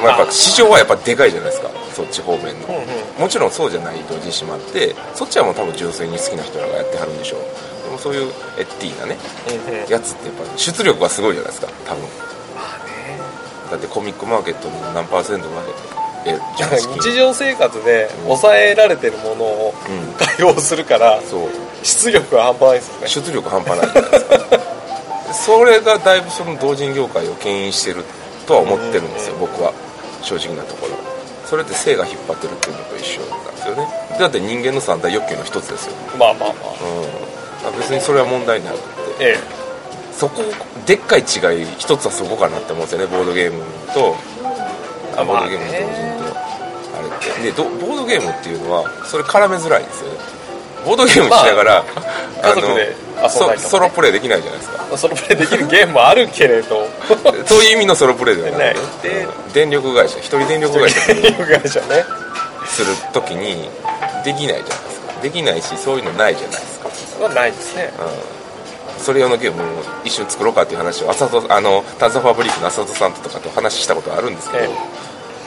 Speaker 2: まあ、やっぱ市場はやっぱでかいじゃないですかそっち方面の、
Speaker 3: うんうん
Speaker 2: もちろんそうじゃない同人誌もあってそっちはもう多分純粋に好きな人らがやってはるんでしょうでもそういうエッティなね
Speaker 3: うんうん
Speaker 2: やつってやっぱ出力がすごいじゃないですか多分だってコミックマーケットの何パーセントまでえじゃないですか
Speaker 3: 日常生活で抑えられてるものを
Speaker 2: うん
Speaker 3: 対応するから
Speaker 2: そう
Speaker 3: 出力は半端ないですよね
Speaker 2: 出力半端ないじゃないですかそれがだいぶその同人業界を牽引してるとは思ってるんですよ僕は正直なところそれって性が引っ張ってるっていうのと一緒なんですよねだって人間の三大欲求の一つですよ、
Speaker 3: まあまあまあ
Speaker 2: うん、あ別にそれは問題なくて
Speaker 3: え
Speaker 2: そこでっかい違い一つはそこかなって思うんですよねボードゲームとあボードゲームの同人とあれってでどボードゲームっていうのはそれ絡めづらいんですよねボードゲームしながら、
Speaker 3: あ *laughs* 家族で遊んだりとかね
Speaker 2: そソロプレイできないじゃないです
Speaker 3: *laughs*
Speaker 2: か
Speaker 3: ソロプレイできるゲームもあるけれど
Speaker 2: そういう意味のソロプレイではなくて、
Speaker 3: で
Speaker 2: うん電力会社一人電力会社
Speaker 3: いう会社ね
Speaker 2: するときにできないじゃないですかできないしそういうのないじゃないですか
Speaker 3: はないですね
Speaker 2: それ用のゲームを一緒に作ろうかっていう話を浅戸あの炭酸ファブリックの浅戸さんとかと話したことあるんですけど、
Speaker 3: え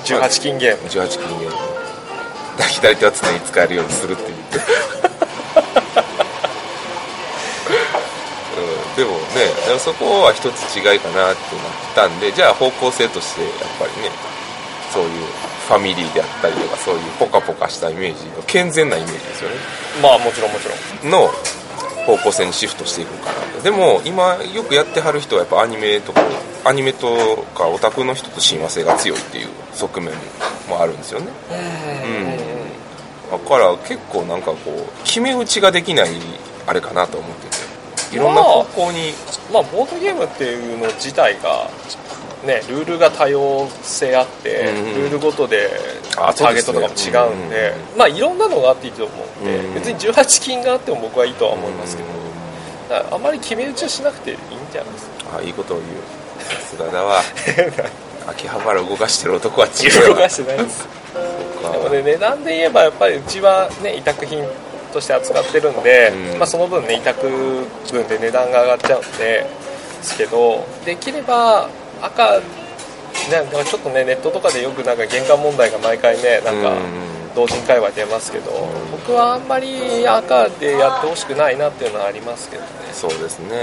Speaker 3: 18金ゲーム
Speaker 2: 18金ゲーム左手は常に使えるようにするって言って、うん、でもねでもそこは一つ違いかなってなったんでじゃあ方向性としてやっぱりねそういうファミリーであったりとかそういうポカポカしたイメージの健全なイメージですよね
Speaker 3: まあもちろんもちろん
Speaker 2: の方向性にシフトしていくのかなとでも今よくやってはる人はやっぱアニメとかアニメとかオタクの人と親和性が強いっていう側面もあるんですよねうんだから結構なんかこう決め打ちができないあれかなと思ってていろんな方向に
Speaker 3: まあボードゲームっていうの自体がねルールが多様性あって、
Speaker 2: うんうん
Speaker 3: ルールごとでタ
Speaker 2: あそう
Speaker 3: ー
Speaker 2: で
Speaker 3: ゲッ
Speaker 2: す
Speaker 3: ト
Speaker 2: ね
Speaker 3: とかも違うんで
Speaker 2: うん
Speaker 3: まあいろんなのがあっていいと思うんで、
Speaker 2: うんうん
Speaker 3: 別に18金があっても僕はいいとは思いますけど、
Speaker 2: うん
Speaker 3: だからあまり決め打ちはしなくていいんじゃないですか
Speaker 2: あいいことを言うさすがだ
Speaker 3: *laughs*
Speaker 2: わ秋葉原を動かしてる男は違う
Speaker 3: 動
Speaker 2: わ
Speaker 3: かしてないです
Speaker 2: か
Speaker 3: でもね値段で言えばやっぱりうちはね委託品として扱ってるんで、
Speaker 2: うん
Speaker 3: まあ、その分ね委託分で値段が上がっちゃうんでですけどできれば赤なんかちょっとねネットとかでよくなんか玄関問題が毎回ねなんか
Speaker 2: うん
Speaker 3: 同人会話出ますけど僕はあんまり赤でやってほしくないなっていうのはありますけどね
Speaker 2: そうですねう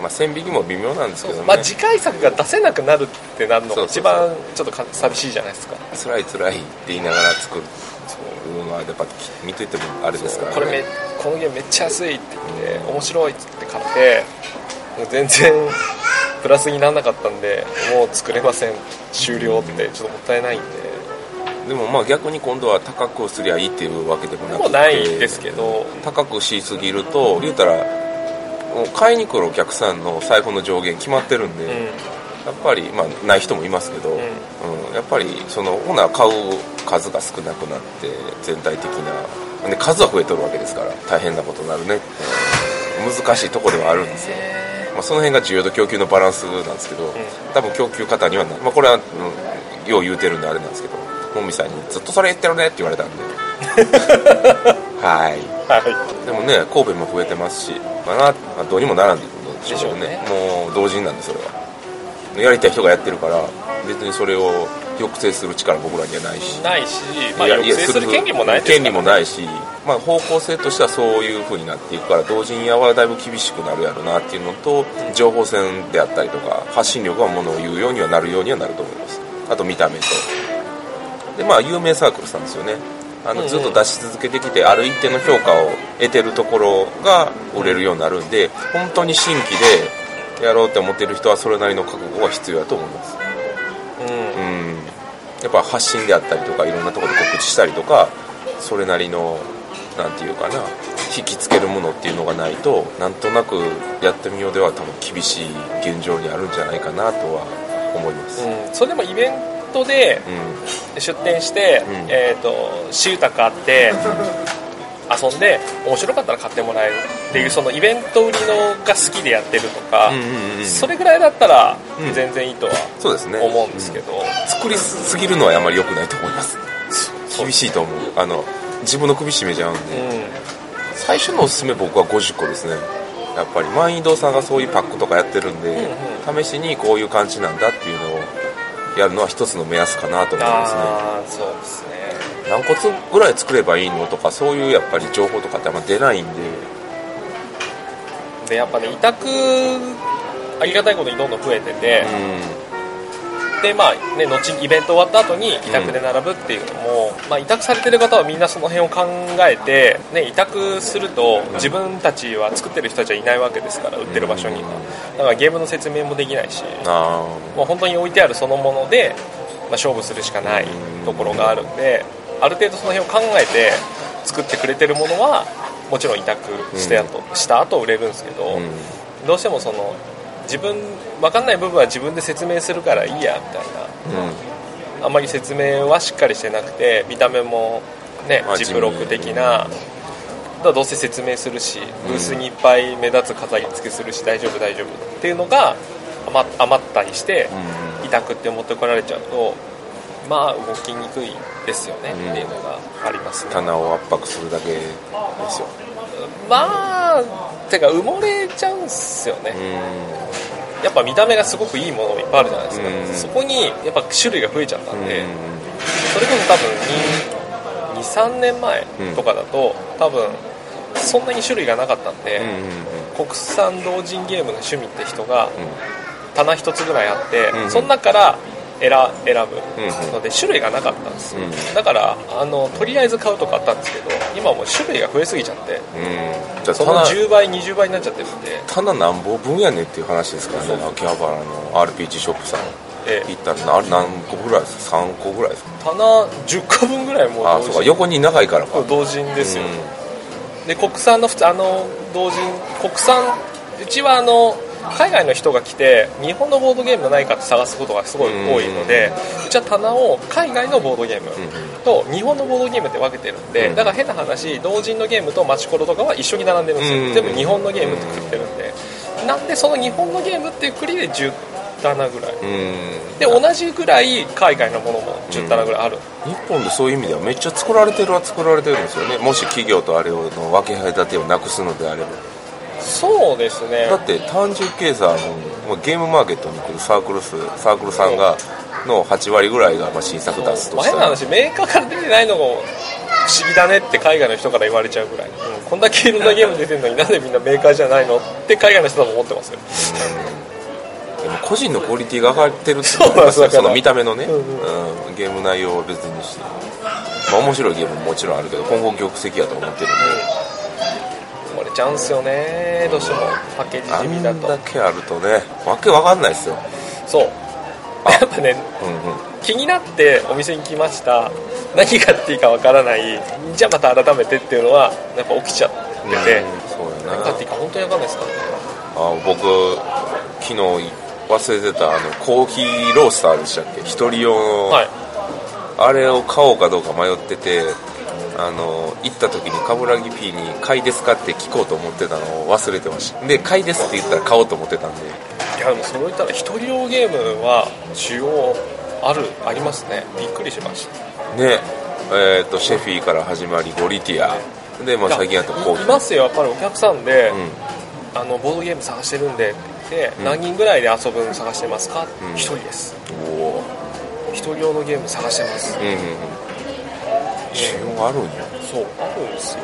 Speaker 2: んまあ線引きも微妙なんですけどね
Speaker 3: まあ次回作が出せなくなるってなるのが一
Speaker 2: そう
Speaker 3: 番ちょっとか寂しいじゃないですか
Speaker 2: 辛い辛いって言いながら作るのはやっぱ見ててもあれですからね
Speaker 3: これめこのゲームめっちゃ安いって言って面白いって言って買ってもう全然プラスにならなかったんでもう作れません終了ってちょっともったいないんで
Speaker 2: でもまあ逆に今度は高くすりゃいいっていうわけでもなく
Speaker 3: もう
Speaker 2: て
Speaker 3: ないですけど
Speaker 2: 高くしすぎると言うたらもう買いに来るお客さんの財布の上限決まってるんで、
Speaker 3: うん
Speaker 2: やっぱりまあない人もいますけど、うんやっぱりそのほな買う数が少なくなって全体的なで数は増えとるわけですから大変なことになるね、うん難しいとこではあるんですよまあ、その辺が需要と供給のバランスなんですけど、多分供給方にはな、まあ、これは、うん、よう言うてるんであれなんですけどもみさんに「ずっとそれ言ってるね」って言われたん *laughs* ではい
Speaker 3: はい
Speaker 2: でもね神戸も増えてますし、まあなまあどうにもならんでしょうね
Speaker 3: で
Speaker 2: もう同時なんでそれはやりたい人がやってるから別にそれを抑制する力僕らにはないし
Speaker 3: ないし、まあ、
Speaker 2: いや
Speaker 3: 抑制する権利もないです
Speaker 2: 権
Speaker 3: か
Speaker 2: 利も
Speaker 3: ら
Speaker 2: ないし、まあ、方向性としてはそういう風になっていくから同人屋はだいぶ厳しくなるやろなっていうのと情報戦であったりとか発信力はものを言うようにはなるようにはなると思いますあと見た目とでまあ有名サークルさんですよねあ
Speaker 3: うんう
Speaker 2: の
Speaker 3: ん
Speaker 2: ずっと出し続けてきてある一定の評価を得てるところが売れるようになるんで本当に新規でやろうって思ってる人はそれなりの覚悟が必要だと思います
Speaker 3: う
Speaker 2: う
Speaker 3: ん
Speaker 2: ん、やっぱ発信であったりとかいろんなところで告知したりとかそれなりのなんていうかな引きつけるものっていうのがないとなんとなくやってみようでは多分厳しい現状にあるんじゃないかなとは思います、
Speaker 3: うん、それでもイベントで
Speaker 2: うん
Speaker 3: 出店して、
Speaker 2: うん
Speaker 3: えっ、と私有宅買って遊んで面白かったら買ってもらえるっていうそのイベント売りのが好きでやってるとか、
Speaker 2: うんうんうん
Speaker 3: それぐらいだったら
Speaker 2: うん
Speaker 3: 全然いいとは
Speaker 2: そうですね
Speaker 3: 思うんですけど、
Speaker 2: 作りすぎるのはあまり良くないと思います厳しいと思うあの自分の首絞めちゃうんで、
Speaker 3: うん
Speaker 2: 最初のおすすめ僕は50個ですねやっぱり満員堂さんがそういうパックとかやってるんで、
Speaker 3: う
Speaker 2: 試
Speaker 3: ん
Speaker 2: しにこういう感じなんだっていうのをやるのは一つの目安かなと思いますね
Speaker 3: ああそうですね
Speaker 2: 何個つぐらい作ればいいのとかそういうやっぱり情報とかってあんま出ないんで
Speaker 3: でやっぱね委託ありがたいことにどんどん増えてて、でまあね後にイベント終わった後に委託で並ぶっていうのも、まあ、委託されてる方はみんなその辺を考えて、ね、委託すると自分たちは作ってる人たちはいないわけですから売ってる場所にはだからゲームの説明もできないし
Speaker 2: あ
Speaker 3: もう本当に置いてあるそのもので、まあ、勝負するしかないところがあるんである程度その辺を考えて作ってくれてるものはもちろん委託して後、した後売れるんですけど、
Speaker 2: あうん
Speaker 3: どうしてもその自分分かんない部分は自分で説明するからいいやみたいなあんまり説明はしっかりしてなくて見た目もね
Speaker 2: まあ
Speaker 3: ジップロック的な、だからどうせ説明するしブースにいっぱい目立つ飾り付けするし大丈夫大丈夫っていうのが余余ったりして
Speaker 2: う
Speaker 3: 痛くって持ってこられちゃうとまあ動きにくいですよね
Speaker 2: うん
Speaker 3: っていうのがありますね
Speaker 2: 棚を圧迫するだけですよ
Speaker 3: まあてか埋もれちゃうんすよね、やっぱ見た目がすごくいいものもいっぱいあるじゃないですか、
Speaker 2: うん
Speaker 3: そこにやっぱ種類が増えちゃったんで、
Speaker 2: う
Speaker 3: それこそ多分23年前とかだと、多分そんなに種類がなかったんで、
Speaker 2: ん
Speaker 3: 国産同人ゲームの趣味って人が
Speaker 2: うん
Speaker 3: 棚一つぐらいあって、
Speaker 2: うん
Speaker 3: その中から選選
Speaker 2: うん
Speaker 3: ぶので種類がなかったんですよ、
Speaker 2: うん
Speaker 3: だからあのとりあえず買うとかあったんですけど今もう種類が増えすぎちゃって
Speaker 2: うんじゃあ
Speaker 3: その
Speaker 2: 棚
Speaker 3: 10倍20倍になっちゃってるんで
Speaker 2: 棚なんぼ分やねんっていう話ですからね秋葉原の RPG ショップさん
Speaker 3: ええ
Speaker 2: 行ったらあれ何個ぐらいですか3個ぐらいですか
Speaker 3: 棚10個分ぐらいもう
Speaker 2: あ
Speaker 3: 同
Speaker 2: そ
Speaker 3: 時
Speaker 2: うか横に長いからか
Speaker 3: 同人ですよ、
Speaker 2: うん
Speaker 3: で国産の普通あの同人国産うちはあの海外の人が来て日本のボードゲームがないかって探すことがすごい多いのでうちは棚を海外のボードゲームと日本のボードゲームって分けてるんで
Speaker 2: うん
Speaker 3: だから変な話同人のゲームとマチコロとかは一緒に並んでるんです
Speaker 2: うん
Speaker 3: よ全部日本のゲームってくくってるんでなんでその日本のゲームっていうくりで10棚ぐらい
Speaker 2: うん
Speaker 3: で同じぐらい海外のものも10棚ぐらいある
Speaker 2: 日本でそういう意味ではめっちゃ作られてるは作られてるんですよねもし企業とあれをの分け隔てをなくすのであれば
Speaker 3: そうですね
Speaker 2: だって単純計算もうゲームマーケットに来るサークル数サークルさんがの8割ぐらいがまあ新作出すとし
Speaker 3: 前
Speaker 2: た
Speaker 3: の
Speaker 2: ら
Speaker 3: 話メーカーから出てないのが不思議だねって海外の人から言われちゃうぐらい、うんこんだけいろんなゲーム出てるのになんでみんなメーカーじゃないのって海外の人多分思ってますよ
Speaker 2: でも個人のクオリティが上がってるって
Speaker 3: そうなんですだから
Speaker 2: その見た目のね、
Speaker 3: うん
Speaker 2: うんゲーム内容は別にして、まあ、面白いゲームももちろんあるけど今後玉石やと思ってるんで
Speaker 3: 生まれちゃうんすよねどうしてもパッケージ
Speaker 2: あ
Speaker 3: 地味だ
Speaker 2: んだ
Speaker 3: と
Speaker 2: けあるとねわけわかんないですよ、
Speaker 3: そう
Speaker 2: あ
Speaker 3: やっぱね
Speaker 2: うんうん、
Speaker 3: 気になってお店に来ました何買っていいかわからないじゃあまた改めてっていうのはやっぱ起きちゃってて
Speaker 2: そうや
Speaker 3: 何
Speaker 2: な
Speaker 3: 買っていいか本当にわかんないですからね
Speaker 2: あ僕昨日忘れてたあのコーヒーロースターでしたっけ一人用の、
Speaker 3: はい
Speaker 2: あれを買おうかどうか迷っててあの行った時に冠城 P に「買いですか?」って聞こうと思ってたのを忘れてましたで「買いです」って言ったら買おうと思ってたんで
Speaker 3: いやでもそれを言ったら一人用ゲームは需要あるありますねびっくりしました
Speaker 2: ねえー、とシェフィーから始まりゴリティアで、まあ、最近やったコーヒ
Speaker 3: い
Speaker 2: ー
Speaker 3: ますよやっぱりお客さんで、
Speaker 2: うん
Speaker 3: あのボードゲーム探してるんでって言って、
Speaker 2: うん
Speaker 3: 何人ぐらいで遊ぶの探してますか、
Speaker 2: うん
Speaker 3: 一人です
Speaker 2: おお
Speaker 3: 一人用のゲーム探してます、
Speaker 2: うんうんうん需要あるんや
Speaker 3: そうあるんですよ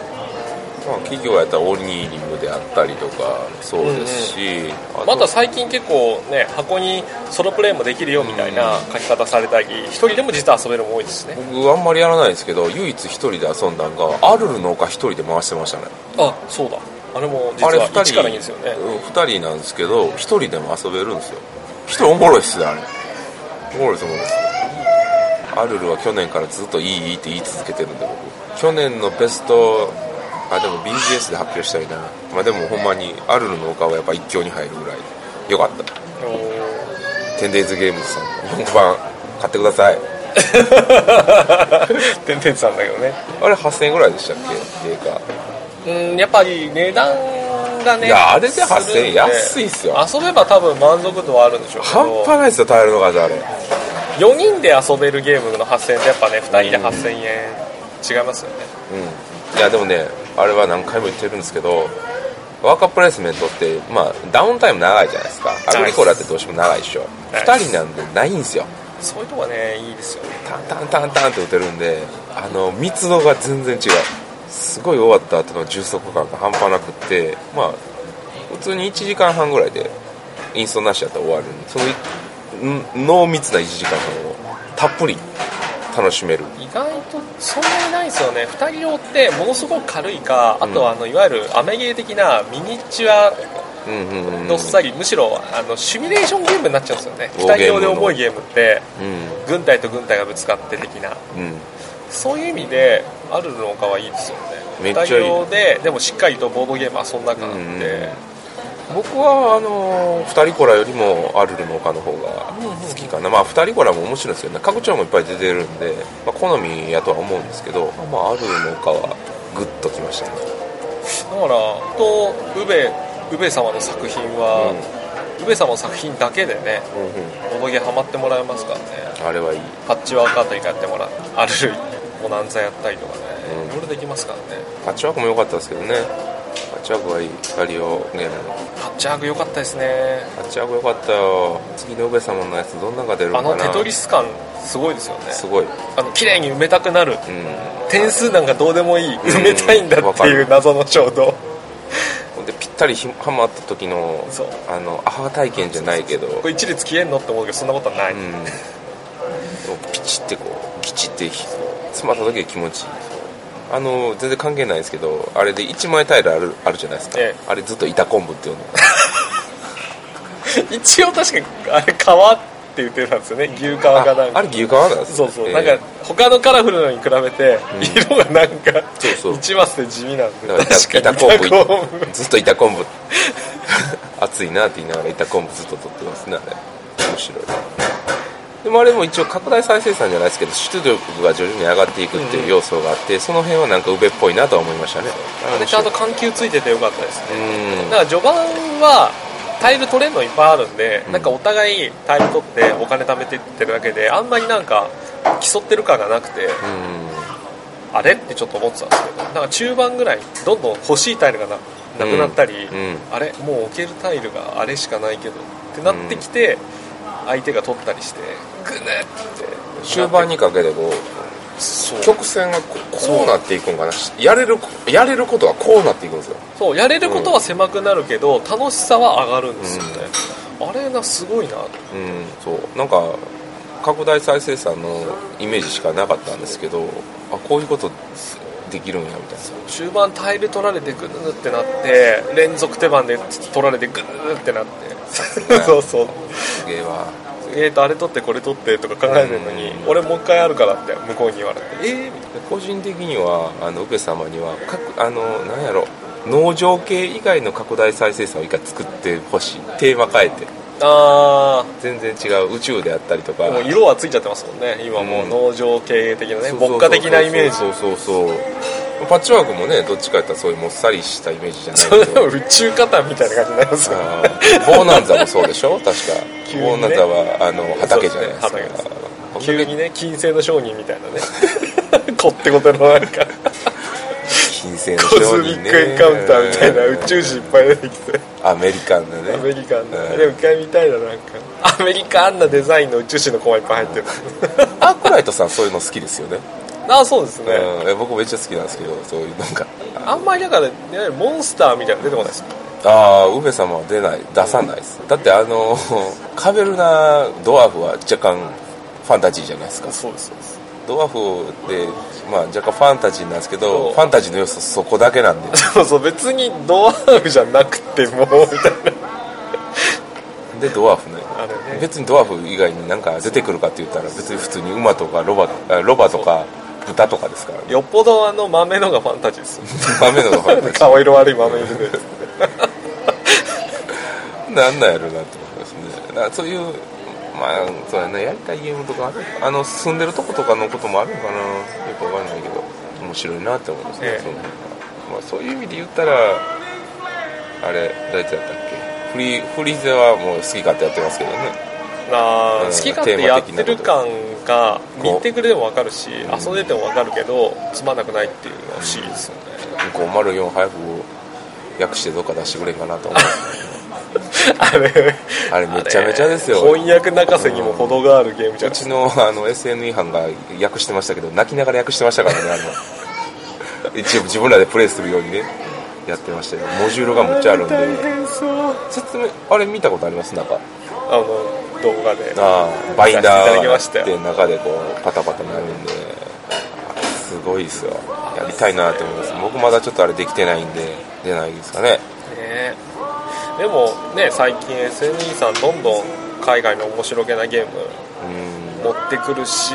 Speaker 2: まあ企業やったらオーニーリングであったりとかそうですし、あと
Speaker 3: また最近結構ね箱にソロプレイもできるよみたいな書き方されたり一人でも実は遊べるのも多いですね
Speaker 2: 僕あんまりやらないですけど唯一一人で遊んだんがアルルの丘一人で回してましたね
Speaker 3: あそうだあれも実
Speaker 2: あれ
Speaker 3: は
Speaker 2: 二人
Speaker 3: 1から2ですよね
Speaker 2: うん二人なんですけど一人でも遊べるんですよ一人おもろいっすねあれおもろいですおもろいですアルルは去年からずっといいいいって言い続けてるんで僕去年のベストあでも BGS で発表したいなまあでもほんまにアルルの丘はやっぱ一強に入るぐらいよかったテンデイズゲームズさん日本版買ってください *laughs*
Speaker 3: てんてんさんだけどね
Speaker 2: あれ8000円ぐらいでしたっけ定価
Speaker 3: うんやっぱり値段がね
Speaker 2: いやあれで8000円
Speaker 3: するん
Speaker 2: 安いっすよ
Speaker 3: 遊べば多分満足度はあるんでしょうけ
Speaker 2: 半
Speaker 3: ど
Speaker 2: 端ないですよ耐えるのがじゃあれ
Speaker 3: 4人で遊べるゲームの8000円ってやっぱね2人で8000円違いますよね
Speaker 2: うん、いやでもねあれは何回も言ってるんですけどワーカープレイスメントって、まあ、ダウンタイム長いじゃないですかアグリコラってどうしても長いでしょ
Speaker 3: ナイ
Speaker 2: 2
Speaker 3: ス
Speaker 2: 人なんでないんですよ
Speaker 3: そういうとこはねいいですよね
Speaker 2: タンタンタンタンって打てるんであの密度が全然違うすごい終わった後の充足感が半端なくってまあ普通に1時間半ぐらいでインストなしだったら終わるんでそのん濃密な1時間半をたっぷり楽しめる
Speaker 3: 意外とそんなにないですよね2人用ってものすごく軽いかあとはあのいわゆるアメゲー的なミニチュア
Speaker 2: うんうんうん
Speaker 3: どっさりむしろあのシミュレーションゲームになっちゃうんですよね
Speaker 2: ウォー
Speaker 3: 2人
Speaker 2: ゲーム
Speaker 3: 用
Speaker 2: の
Speaker 3: で重いゲームって
Speaker 2: うん
Speaker 3: 軍隊と軍隊がぶつかって的な
Speaker 2: うん
Speaker 3: そういう意味でアルルの丘はいいですよね
Speaker 2: めっちゃいい
Speaker 3: 二人用ででもしっかりとボードゲーム遊んだからって、
Speaker 2: うんうん僕はあの二人コラよりもアルルの丘の方が好きかな、まあ、二人コラも面白いですけどね拡張もいっぱい出てるんで、まあ、好みやとは思うんですけど、まあ、アルルの丘はグッときましたね
Speaker 3: だからと宇部宇部様の作品は、宇部様の作品だけでねボドゲハマってもらえますからね
Speaker 2: あれはいい
Speaker 3: パッチワークアート一回やってもらうあるモナンザやったりとかねいろいろできますからね
Speaker 2: パッチワークも良かったですけどねパッチワークはいい二人をゲームの
Speaker 3: パッチワーク良かったですね
Speaker 2: パッチワーク良かったよ次の上様のやつどんなのが出るの
Speaker 3: あ
Speaker 2: かな
Speaker 3: のテトリス感すごいですよね
Speaker 2: すごい、うん、
Speaker 3: あの綺麗に埋めたくなる点数なんかどうでもいい埋めたいんだっていう謎の衝動
Speaker 2: ほんでぴったりひハマった時の
Speaker 3: そう
Speaker 2: あのアハ体験じゃないけど
Speaker 3: これ一列消えんのって思うけどそんなことはない、
Speaker 2: うん、でもピチってこうギチってひ詰まった時が気持ちいいあの全然関係ないですけどあれで一枚タイルあるあるじゃないですか、
Speaker 3: ええ
Speaker 2: あれずっと板昆布って呼んで
Speaker 3: 一応確かにあれ川って言ってたんですよね牛革がなん
Speaker 2: あ
Speaker 3: か
Speaker 2: あれ牛革なんです
Speaker 3: そ
Speaker 2: ね
Speaker 3: うそう、
Speaker 2: ええ
Speaker 3: なんか他のカラフルのに比べて色がなんか、
Speaker 2: そうそう
Speaker 3: 一マスで地味なんで
Speaker 2: だから板
Speaker 3: 確
Speaker 2: 板
Speaker 3: かに
Speaker 2: 昆布
Speaker 3: 板昆布
Speaker 2: ずっと板昆布熱いなって言いながら板昆布ずっと取ってますねあれ面白いでもあれも一応拡大再生産じゃないですけど出力が徐々に上がっていくっていう要素があって、その辺はなんか宇部っぽいなとは思いましたね
Speaker 3: あれちゃんと緩急ついててよかったですね
Speaker 2: うん
Speaker 3: だから序盤はタイル取れるのいっぱいあるんで、なんかお互いタイル取ってお金貯めてってるだけであんまりなんか競ってる感がなくて、
Speaker 2: うん
Speaker 3: あれってちょっと思ってたんですけどなんか中盤ぐらいどんどん欲しいタイルがななくなったり、
Speaker 2: うんうん
Speaker 3: あれもう置けるタイルがあれしかないけどってなってきて、相手が取ったりしてグネって
Speaker 2: 終盤にかけてこ
Speaker 3: そう
Speaker 2: う曲線がここうなっていくんかなやれるやれることはこうなっていくんですよ
Speaker 3: そうやれることは狭くなるけど、楽しさは上がるんですよね、あれがすごいな
Speaker 2: う
Speaker 3: と
Speaker 2: んそうなんか拡大再生産のイメージしかなかったんですけどあこういうことできるんやみたい
Speaker 3: 中盤タイル取られてグヌーってなって連続手番で取られてグヌーってなって
Speaker 2: *laughs* がや
Speaker 3: そうそう
Speaker 2: なすげえわ
Speaker 3: えーとあれ取ってこれ取ってとか考えてるのに、
Speaker 2: うん
Speaker 3: 俺もう一回あるからって向こうに言われてえー、みたい
Speaker 2: で個人的にはあのウペ様には各あのなんやろ農場系以外の拡大再生産を一回作ってほしいテーマ変えて
Speaker 3: なあ
Speaker 2: 全然違う宇宙であったりとか
Speaker 3: ーもう色はついちゃってますもんね今もう農場経営的なね牧歌的なイメージ
Speaker 2: そうそうそうそうパッチワークもねどっちかやったらそういうもっさりしたイメージじゃない
Speaker 3: それ
Speaker 2: け
Speaker 3: でも
Speaker 2: ど
Speaker 3: 宇宙カタンみたいな感じになりますから
Speaker 2: あーボーナンザもそうでし
Speaker 3: *laughs*
Speaker 2: ょ確か、
Speaker 3: 急にね
Speaker 2: ボーナンザはあの畑じゃないですか
Speaker 3: そうですね
Speaker 2: 畑
Speaker 3: 急にね金星の商人みたいなね *laughs* こってこてのなんか
Speaker 2: 金星の
Speaker 3: コ
Speaker 2: 商
Speaker 3: ズミ
Speaker 2: 人
Speaker 3: ッ
Speaker 2: ね
Speaker 3: クエンカウンターみたいな宇宙人いっぱい出てきて
Speaker 2: アメリカンのね
Speaker 3: アメリカンな、
Speaker 2: うん
Speaker 3: でも一回見たいななんかアメリカンなデザインの宇宙人のコマいっぱい
Speaker 2: *laughs*
Speaker 3: 入ってる、
Speaker 2: アークライトさんそういうの好きですよね、
Speaker 3: ああそうですね、
Speaker 2: うんえ僕めっちゃ好きなんですけどそういうなんか
Speaker 3: あんまりだからいわゆるモンスターみたいなの出てこないです
Speaker 2: ああウベ様は出ない出さないですだってあのカベルナドワーフは若干ファンタジーじゃないですか
Speaker 3: そうですそうです
Speaker 2: ドワーフで、まあ、若干ファンタジーなんですけ
Speaker 3: そう
Speaker 2: どファンタジーの要素そこだけなんで
Speaker 3: そうそう別にドワーフじゃなくてもみたいな
Speaker 2: *laughs* でドワーフね
Speaker 3: あれね
Speaker 2: 別にドワーフ以外に何か出てくるかって言ったら別に普通に馬とかロバあロバとか豚とかですからね
Speaker 3: よっぽどあの豆のがファンタジーです *laughs* よ
Speaker 2: 豆のがファンタジ
Speaker 3: 顔色悪い豆でね
Speaker 2: ーなんなんやろうなって思いますねだからそういうまあそうやねやりたいゲームとかあるあの進んでるとことかのこともあるのかなよくわかんないけど面白いなって思いますね、
Speaker 3: ええ
Speaker 2: その辺はまあ、そういう意味で言ったらあれ誰とやったっけフリーフリーゼはもう好き勝手やってますけどね
Speaker 3: な
Speaker 2: う
Speaker 3: あ
Speaker 2: ん
Speaker 3: 好き勝手やってる感が見てくれでも分かるし
Speaker 2: こう
Speaker 3: 遊んでても分かるけどつまんなくないっていうのは不思議ですよね
Speaker 2: 504早く訳してどっか出してくれんかなと思う
Speaker 3: あれ
Speaker 2: あれめちゃめちゃですよ
Speaker 3: 翻訳泣かせにも程があるゲームじゃ
Speaker 2: うんちのあの SN 違反が訳してましたけど泣きながら訳してましたからねあ
Speaker 3: *laughs*
Speaker 2: の一応自分らでプレイするようにねやってましたよモジュールがむっちゃあるん
Speaker 3: 大
Speaker 2: で
Speaker 3: 変そう
Speaker 2: 説明あれ見たことありますなんか
Speaker 3: あの動画で
Speaker 2: ああバインダ
Speaker 3: やらせてい
Speaker 2: ー
Speaker 3: ただきましたよ
Speaker 2: って中でこうパタパタなるんであすごいですよやりたいなって思います僕まだちょっとあれできてないんで出ないですかね
Speaker 3: ねでもね最近 SNE さんどんどん海外の面白げなゲーム
Speaker 2: うん
Speaker 3: 持ってくるし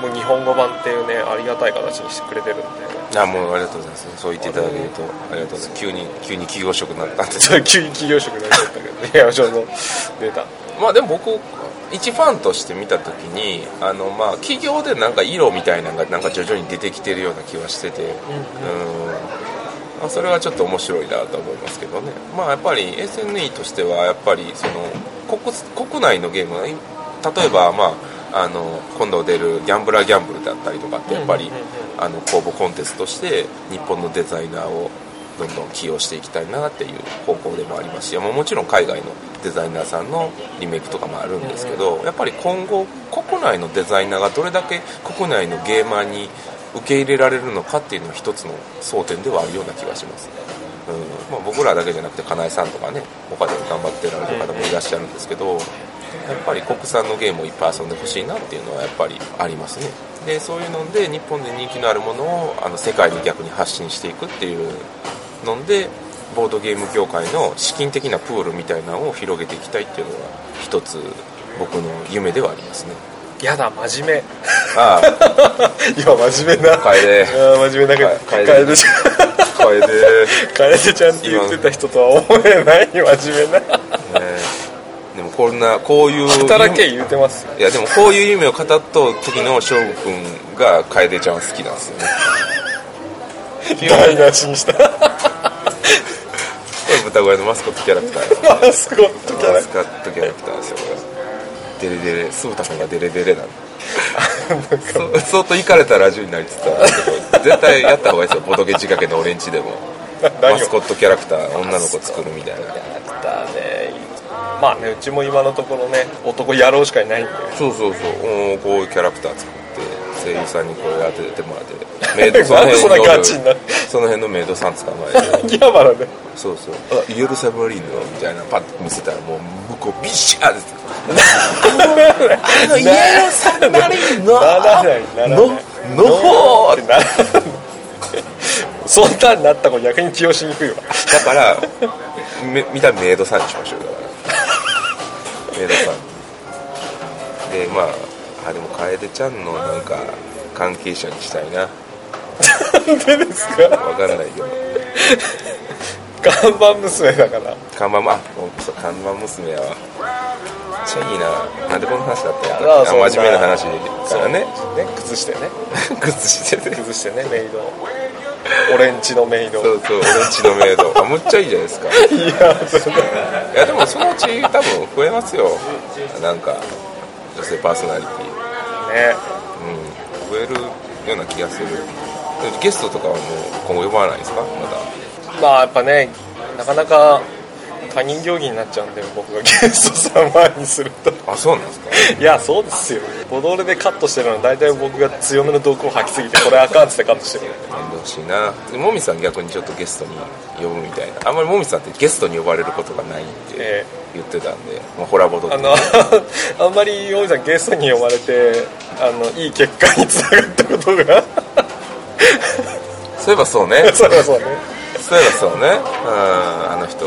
Speaker 3: もう日本語版っていうねありがたい形にしてくれてるんで *laughs*
Speaker 2: あもうありがとうございますそう言っていただけるとありがとうございます急に急に企業職になったんで
Speaker 3: ちょっと急に企業職になっちゃったけど *laughs* いやその出た
Speaker 2: まあでも僕一ファンとして見た時にあのまあ企業でなんか色みたいなのがなんか徐々に出てきてるような気はしててうんまあそれはちょっと面白いなと思いますけどねまあやっぱり SNE としてはやっぱりその国国内のゲームが例えばまああの今度出る「ギャンブラーギャンブル」だったりとかってやっぱりあの公募コンテストとして日本のデザイナーをどんどん起用していきたいなっていう方向でもありますし、まあもちろん海外のデザイナーさんのリメイクとかもあるんですけど、やっぱり今後国内のデザイナーがどれだけ国内のゲーマーに受け入れられるのかっていうのは一つの争点ではあるような気がしますね、うんまあ、僕らだけじゃなくて金井さんとかね他でも頑張ってられる方もいらっしゃるんですけど、やっぱり国産のゲームをいっぱい遊んでほしいなっていうのはやっぱりありますねでそういうので日本で人気のあるものをあの世界に逆に発信していくっていうのでボードゲーム業界の資金的なプールみたいなのを広げていきたいっていうのが一つ僕の夢ではありますね
Speaker 3: やだ真面目 *laughs*
Speaker 2: ああ
Speaker 3: 今真面目な
Speaker 2: 楓
Speaker 3: *laughs* いや真面目な
Speaker 2: か
Speaker 3: 楓
Speaker 2: 楓
Speaker 3: ち *laughs* ゃ
Speaker 2: 楓ね
Speaker 3: ん楓ちゃんって言ってた人とは思えない真面目な
Speaker 2: えでもこんなこういう
Speaker 3: 働け言うてますよ
Speaker 2: いやでもこういう夢を語った時の勝負君が楓ちゃんは好きなんですよ
Speaker 3: *laughs*
Speaker 2: ね
Speaker 3: 台無しにした *laughs*
Speaker 2: これ豚小屋のマスコットキャラクター
Speaker 3: マスコットキャ
Speaker 2: マ
Speaker 3: ラ
Speaker 2: スカットキャラクターですよこれデレデレ酢豚君がデレデレなんで
Speaker 3: *laughs*
Speaker 2: そ相当いかれたラジオになりつつあるんですけど絶対やった方がいいですよボトゲ仕掛けのオレンジでも
Speaker 3: 何を
Speaker 2: マスコットキャラクター女の子作るみたいな
Speaker 3: だねまあねうちも今のところね男野郎しかいないんで
Speaker 2: そうそうそううんこういうキャラクター作って声優さんにこれ当ててもらってメイドさん
Speaker 3: *laughs* なんでそんなガチになる
Speaker 2: その辺のメイドさん捕まえて
Speaker 3: 秋葉原で
Speaker 2: そうそうあイエローサブマリンのみたいなのパッと見せたらもう向こうビシャーってあのイエローサブマリンの *laughs*
Speaker 3: ならないならない
Speaker 2: ののほー
Speaker 3: ってならないそんなんなった子逆に起用しにくいわ
Speaker 2: だからめ見たメイドさんにしましょうだからメイドさんでまああでも楓ちゃんのなんか関係者にしたいな
Speaker 3: なんでですか
Speaker 2: わからないけど
Speaker 3: 看板娘だから
Speaker 2: 看板まあそう看板娘やわめっちゃいいななんでこの話だったんや
Speaker 3: やだそんな
Speaker 2: あ真面目な話からね *laughs*
Speaker 3: そうね崩してね
Speaker 2: 靴してて
Speaker 3: 崩してねメイドを俺んちのメイドを
Speaker 2: そうそう俺んちのメイドあむっちゃいいじゃないですかい
Speaker 3: いやそれ
Speaker 2: やでもそのうち多分増えますよなんか女性パーソナリティ
Speaker 3: ね
Speaker 2: うん、増えるような気がするゲストとかはもう今後呼ばないですかま
Speaker 3: まあやっぱねなかなか他人行儀になっちゃうんで僕がゲスト様にすると
Speaker 2: だあそうなんですか
Speaker 3: いやそうですよボドレでカットしてるのは大体僕が強めの毒を吐きすぎてこれあかんっつってカットしてる
Speaker 2: 面倒しいなもみさん逆にちょっとゲストに呼ぶみたいなあんまりもみさんってゲストに呼ばれることがないって
Speaker 3: え
Speaker 2: 言ってたんで、まあ、ホラボド
Speaker 3: えあの *laughs* あんまり大井さんゲストに呼ばれてあのいい結果につながったことが *laughs*
Speaker 2: そういえばそうね
Speaker 3: そうだそうね
Speaker 2: そういえばそうねうんあの人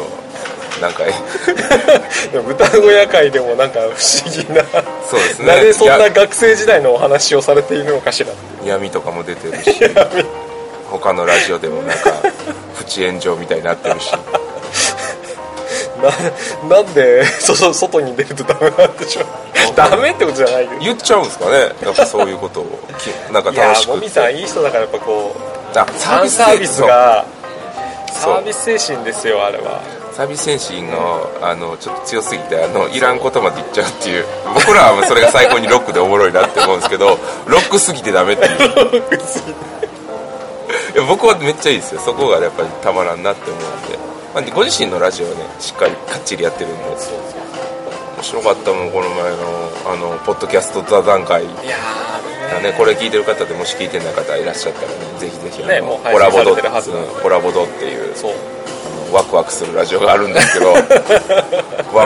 Speaker 2: なんか
Speaker 3: でも豚小屋会でもなんか不思議な
Speaker 2: そうですね
Speaker 3: なぜそんな
Speaker 2: や
Speaker 3: 学生時代のお話をされているのかしら
Speaker 2: 闇とかも出てるし他のラジオでもなんかプチ炎上みたいになってるし
Speaker 3: ななんでそ *laughs* そ外に出るとダメなんでしょうダメってことじゃないけど
Speaker 2: 言っちゃうんですかねやっぱそういうことをきなんか
Speaker 3: いや
Speaker 2: 楽しく
Speaker 3: もみさんいい人だからやっぱこう
Speaker 2: あ
Speaker 3: ファンサービスがサービス精神ですよあれは
Speaker 2: そうサービス精神のあのちょっと強すぎてあのいらんことまで言っちゃうっていう僕らはそれが最高にロックでおもろいなって思うんですけどロックすぎてダメっていういや僕はめっちゃいいですよそこがやっぱりたまらんなって思うんで、まあ、ご自身のラジオはねしっかりかっちりやってるんで面白かったもんこの前のあのポッドキャスト座談会
Speaker 3: いや
Speaker 2: あね、これ聞いてる方でもし聞いてない方いらっしゃったらねぜひぜひあの
Speaker 3: ねもう配
Speaker 2: コラ
Speaker 3: 信
Speaker 2: ボ
Speaker 3: さ
Speaker 2: ド
Speaker 3: れ
Speaker 2: ってて
Speaker 3: るはず
Speaker 2: うんコラボドっていう
Speaker 3: そう
Speaker 2: あのワクワクするラジオがあるんです *laughs* けどわ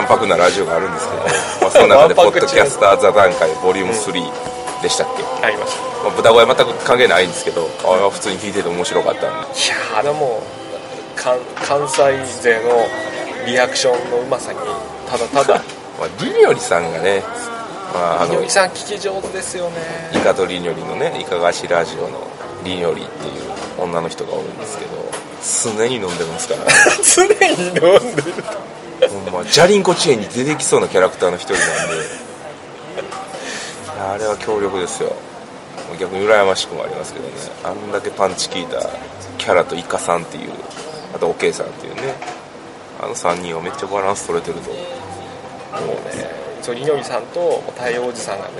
Speaker 2: んぱくなラジオがあるんですけど、まあ、その中で「ポ
Speaker 3: わんぱ
Speaker 2: ッド
Speaker 3: く
Speaker 2: キャスター座談会ボリューム3でしたっけ、
Speaker 3: ありまし
Speaker 2: まあ、豚小屋全く関係ないんですけどあれは普通に聞いてて面白かったんで
Speaker 3: たいやーあれはもう関関西勢 *laughs* のリアクションのうまさにただただ
Speaker 2: まあ、りにょりさんがねまああ
Speaker 3: み
Speaker 2: の
Speaker 3: よりさん聞き上手ですよね
Speaker 2: イカとリニョリのねいかがしラジオのリニョリっていう女の人がおるんですけど常に飲んでますから
Speaker 3: 常に飲んでる
Speaker 2: ほんまジャリンコチェーンに出てきそうなキャラクターの一人なんでいやあれは強力ですよ逆に羨ましくもありますけどねあんだけパンチ効いたキャラとイカさんっていうあとおけいさんっていうねあの3人はめっちゃバランス取れてると思う
Speaker 3: もうねそうりのりさんと太陽おじさんがね、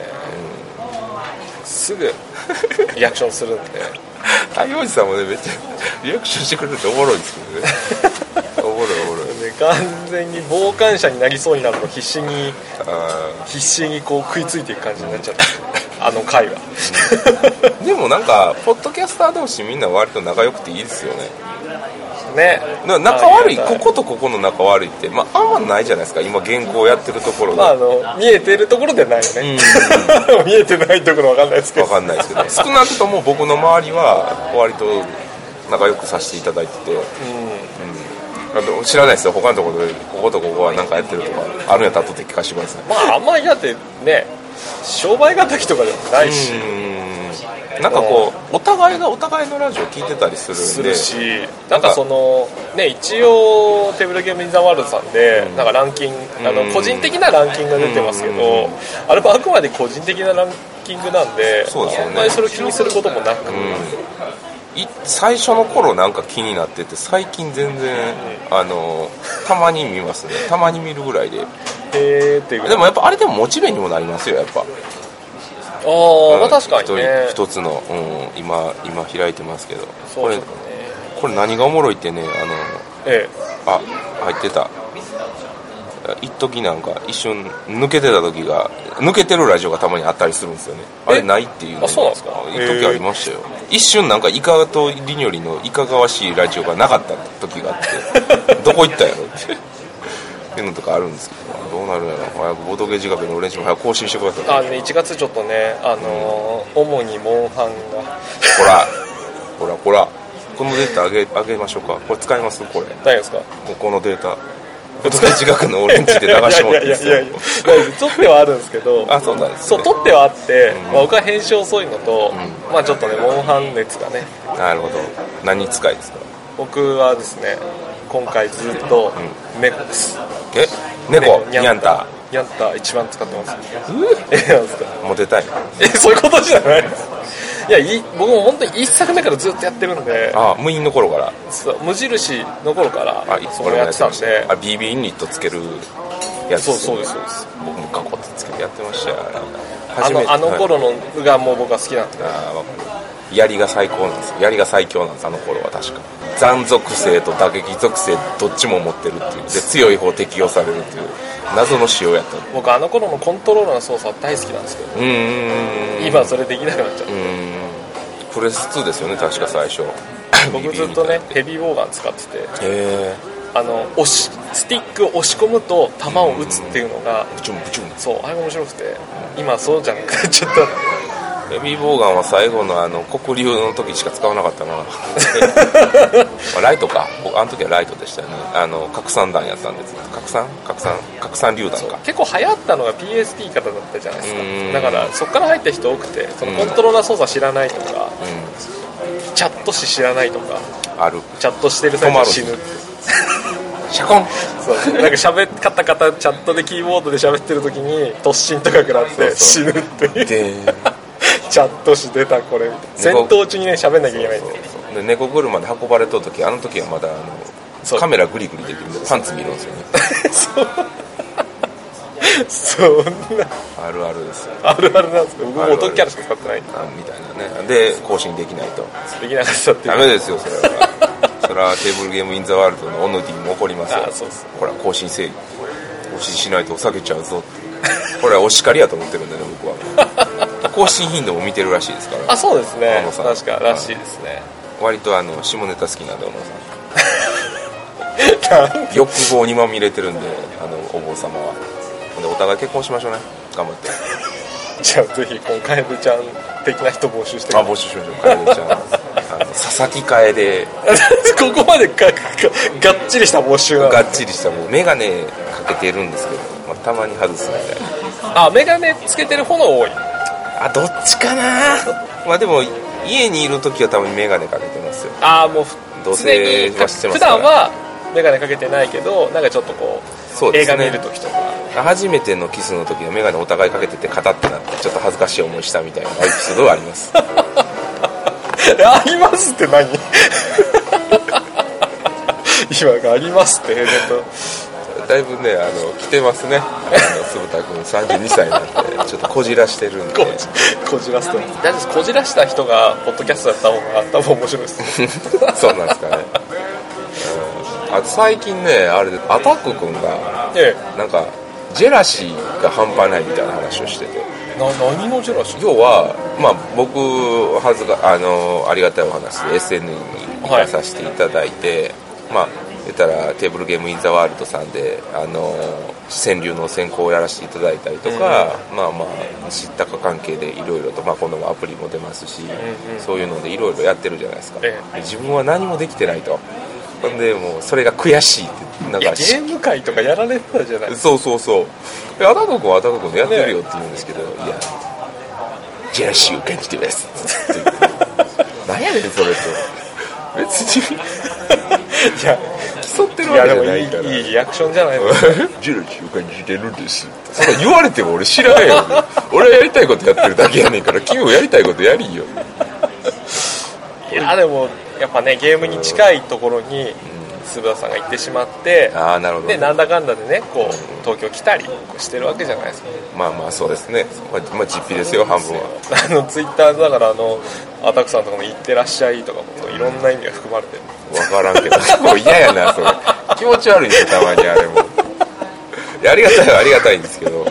Speaker 3: すぐリアクションするんで
Speaker 2: 太陽寺さんもねめっちゃリアクションしてくれるとおもろいですけどねおもろいおもろい
Speaker 3: で完全に傍観者になりそうになるのを必死に
Speaker 2: あー
Speaker 3: 必死にこう食いついていく感じになっちゃ *laughs* ってあの回は
Speaker 2: でもなんかポッドキャスター同士みんな割と仲良くていいですよね
Speaker 3: *laughs* ね
Speaker 2: な仲悪い
Speaker 3: ありがた
Speaker 2: こことここの仲悪いって、まあ、あんまないじゃないですか今原稿やってるところ
Speaker 3: まあ、
Speaker 2: が
Speaker 3: あの見えてるところではないよね、 *laughs* 見えてないところわかんないですけど
Speaker 2: 分かんないです *laughs* けど少なくとも僕の周りは割と仲良くさせていただいてて、うんあと知らないですよ他のところでこことここは何かやってるとかあるんやったら後で聞かせてください
Speaker 3: まああんまりだってね商売敵とかでもないし、
Speaker 2: うんなんかこうお互いがお互いのラジオ聞いてたりす
Speaker 3: す
Speaker 2: るんで
Speaker 3: るし、なんかその、ね、一応、テーブルゲーム・イン・ザ・ワールドさんで、なんかランキング、あの
Speaker 2: うん
Speaker 3: 個人的なランキングが出てますけど、あれもあくまで個人的なランキングなんで、
Speaker 2: そうですよね
Speaker 3: あんまりそれを気にすることもなく、
Speaker 2: い最初の頃なんか気になってて最近全然あのたまに見ますねたまに見るぐらいで
Speaker 3: えーっていう
Speaker 2: でもやっぱあれでもモチベにもなりますよやっぱ
Speaker 3: ああ、
Speaker 2: う
Speaker 3: まあ
Speaker 2: ん
Speaker 3: 確かにね、
Speaker 2: 一人一つの、うん、今今開いてますけど
Speaker 3: そ
Speaker 2: こ
Speaker 3: うで
Speaker 2: れ
Speaker 3: すね、
Speaker 2: これ何がおもろいってね
Speaker 3: え
Speaker 2: あのあ入ってた一時なんか一瞬抜けてた時が抜けてるラジオがたまにあったりするんですよねあれないっていうのが
Speaker 3: あそうなんですか
Speaker 2: 一時ありましたよ一瞬なんかイカとリニョリのいかがわしいラジオがなかった時があって
Speaker 3: *laughs*
Speaker 2: どこ行ったんやろってっていうのとかあるんですけどどうなるんやろ早くボトゲ自覚の練習も早く更新してください
Speaker 3: えあのね、1月ちょっとね、あのー主にモンハンが、
Speaker 2: ほらほらほらこのデータあげあげましょうかこれ使いますこれ
Speaker 3: 大丈夫ですか
Speaker 2: ここのデータボトゲ自覚のオレンジで流してもらっていいです
Speaker 3: いやいやいやいや
Speaker 2: か
Speaker 3: 大丈夫取ってはあるんですけど
Speaker 2: あそうなんですね
Speaker 3: そう取ってはあって、まあ、僕は編集遅いのと、まあちょっとねモンハン熱がね
Speaker 2: なるほど何使いですか
Speaker 3: 僕はですね今回ずっと猫です、
Speaker 2: え猫ニャンタ
Speaker 3: ニャンタ一番使ってます
Speaker 2: う
Speaker 3: えなんですか
Speaker 2: モテたい
Speaker 3: えそういうことじゃないですいやい僕も本当に一作目からずっとやってるんで
Speaker 2: あ無印の頃から
Speaker 3: そう無印の頃から
Speaker 2: あいつ
Speaker 3: そ
Speaker 2: 頃
Speaker 3: れ
Speaker 2: もや
Speaker 3: やっ
Speaker 2: って
Speaker 3: てた
Speaker 2: た
Speaker 3: ん
Speaker 2: んで
Speaker 3: で
Speaker 2: あ BB ユニットつけるやつ
Speaker 3: そうそうですそうです
Speaker 2: 僕もカコってつけてやってましたよ
Speaker 3: あ
Speaker 2: 初めて
Speaker 3: のあの
Speaker 2: はい
Speaker 3: 頃のがもう僕は好きなんで
Speaker 2: あーわかる槍が最高なんです槍が最強なんですあの頃は確か残属性と打撃属性どっちも持ってるっていうで強い方適用されるっていう謎の仕様やったう
Speaker 3: 僕あの頃のコントローラーの操作大好きなんですけど
Speaker 2: ーん
Speaker 3: 今それできなくなっちゃって
Speaker 2: うーんプレス2ですよね確か最初
Speaker 3: 僕ずっとね
Speaker 2: BB
Speaker 3: ヘビーウォーガン使ってて
Speaker 2: へえ
Speaker 3: あの押しスティックを押し込むと球を打つっていうのが
Speaker 2: ブチュンブチュン
Speaker 3: そうあれが面白くて今そうじゃなくなっちゃったん *laughs*
Speaker 2: ヘ
Speaker 3: で
Speaker 2: ビーボーガンは最後のあの黒竜の時しか使わなか *laughs* ったなまあライトか僕あの時はライトでしたよねあの拡散弾やったんです拡散拡散拡散榴弾か
Speaker 3: 結構流行ったのが PSP からだったじゃないです
Speaker 2: うん
Speaker 3: かだからそっから入った人多くてそのコントローラー操作知らないとかチャットし知らないとか
Speaker 2: ある
Speaker 3: チャットしてる最中死ぬって
Speaker 2: シャコン
Speaker 3: そうなんか喋っカタカタチャットでキーボードで喋ってる時に突進とかくなって
Speaker 2: そ
Speaker 3: 死ぬっていう
Speaker 2: で
Speaker 3: *laughs* チャットし出たこれ戦闘中にね喋んなきゃいけないんで
Speaker 2: で猫車で運ばれとる時あの時はまだあ
Speaker 3: そ
Speaker 2: の
Speaker 3: う
Speaker 2: カメラグリグリできるんでパンツ見るんですよ *laughs* ね
Speaker 3: そんな
Speaker 2: あるあるですよ
Speaker 3: あるあるなんですけど僕
Speaker 2: あ
Speaker 3: も
Speaker 2: るある
Speaker 3: 音キャラしか使ってないんで
Speaker 2: あみたいなねで更新できないと
Speaker 3: できなかったってい
Speaker 2: ダ
Speaker 3: う
Speaker 2: メですよそれ
Speaker 3: *laughs*
Speaker 2: はそれはテーブルゲームインザワールドのオノディも怒りますよ
Speaker 3: あーそうっす
Speaker 2: ほら更新せい更新しないとお下げちゃうぞってこれはお叱りやと思ってるんだね僕は
Speaker 3: *laughs*
Speaker 2: 更新頻度も見てるらしいですか
Speaker 3: あ
Speaker 2: ら
Speaker 3: そうですね
Speaker 2: 小野さん
Speaker 3: 確からしいですね
Speaker 2: 割とあの下ネタ好きなんでお坊さん欲望にまみれてるんであのお坊様はほんでお互い結婚しましょうね頑張って
Speaker 3: じゃあぜひこのカエルちゃん的な人募集してく
Speaker 2: あ
Speaker 3: ださい
Speaker 2: 募集しましょうかえでちゃんあの佐々木楓
Speaker 3: *laughs* ここまでがががっちりした募集なの
Speaker 2: がっちりしたもう眼鏡かけてるんですけど、まあ、たまに外すみたいな
Speaker 3: あメガネつけてる方の多い
Speaker 2: あどっちかなまあでも家にいる時は多分眼鏡かけてますよ
Speaker 3: ああもう
Speaker 2: 同
Speaker 3: 常に
Speaker 2: 棲はしてます
Speaker 3: 普
Speaker 2: から
Speaker 3: 段はメガネかけてないけどなんかちょっとこう
Speaker 2: そうで
Speaker 3: 映
Speaker 2: す
Speaker 3: 画
Speaker 2: ね
Speaker 3: 見る時とか
Speaker 2: 初めてのキスの時は眼鏡お互いかけててカタってなってちょっと恥ずかしい思いしたみたいなエピソードはあります *laughs*
Speaker 3: えありますって何
Speaker 1: 今がありますって、
Speaker 2: だいぶねあの来てますねあの鈴田君32歳 *laughs* なんでちょっとこじらしてるんで
Speaker 1: こじらせてます。
Speaker 3: 大丈夫ですこじらした人がポッドキャストやった方があった方が面白いです
Speaker 2: そうなんですかね、うん、あと最近ねあれでアタック君が
Speaker 3: え
Speaker 2: なんかジェラシーが半端ないみたいな話をしてて
Speaker 3: えな何のジェラシー
Speaker 2: 要は、まあ、僕はずがあのありがたいお話で SN に行かさせていただいて、まあ言ったらテーブルゲームインザワールドさんであの川柳の選考をやらせていただいたりとか、まあまあ知ったか関係でいろいろと、まあ、このアプリも出ますし、そういうのでいろいろやってるじゃないですか、
Speaker 3: え
Speaker 2: で自分は何もできてないとほんでもうそれが悔しいってなん
Speaker 3: いや
Speaker 2: か
Speaker 3: ゲーム会とかやられてたじゃないです
Speaker 2: そうそうそうえ「あたこくんはあたこくんでやってるよ」って言うんですけど「いやジェラシーを感じて
Speaker 3: *laughs*
Speaker 2: ます」って言って「何やねんそれ」と別に
Speaker 3: かいや
Speaker 2: 競ってる
Speaker 3: いや
Speaker 2: わけ
Speaker 3: で
Speaker 2: じゃ
Speaker 3: も
Speaker 2: ないから
Speaker 3: いいいいリアクションじゃないの
Speaker 2: *laughs* ジェラシーを感じてるんですそんな言われても俺知らないよ俺はやりたいことやってるだけやねんから君もやりたいことやりんよ
Speaker 3: いやでもやっぱねゲームに近いところに鈴田さんが行ってしまって
Speaker 2: ああなるほど
Speaker 3: でなんだかんだでねこう東京来たりしてるわけじゃないですか
Speaker 2: まあまあそうですねまあ、まあ、実費ですよ半分は
Speaker 3: あのツイッターだからあのアタックさんとかの「いってらっしゃい」とかもいろんな意味が含まれてる
Speaker 2: 分からんけど *laughs* 結構嫌やなそれ気持ち悪いんですよたまにあれもいやありがたいはありがたいんですけど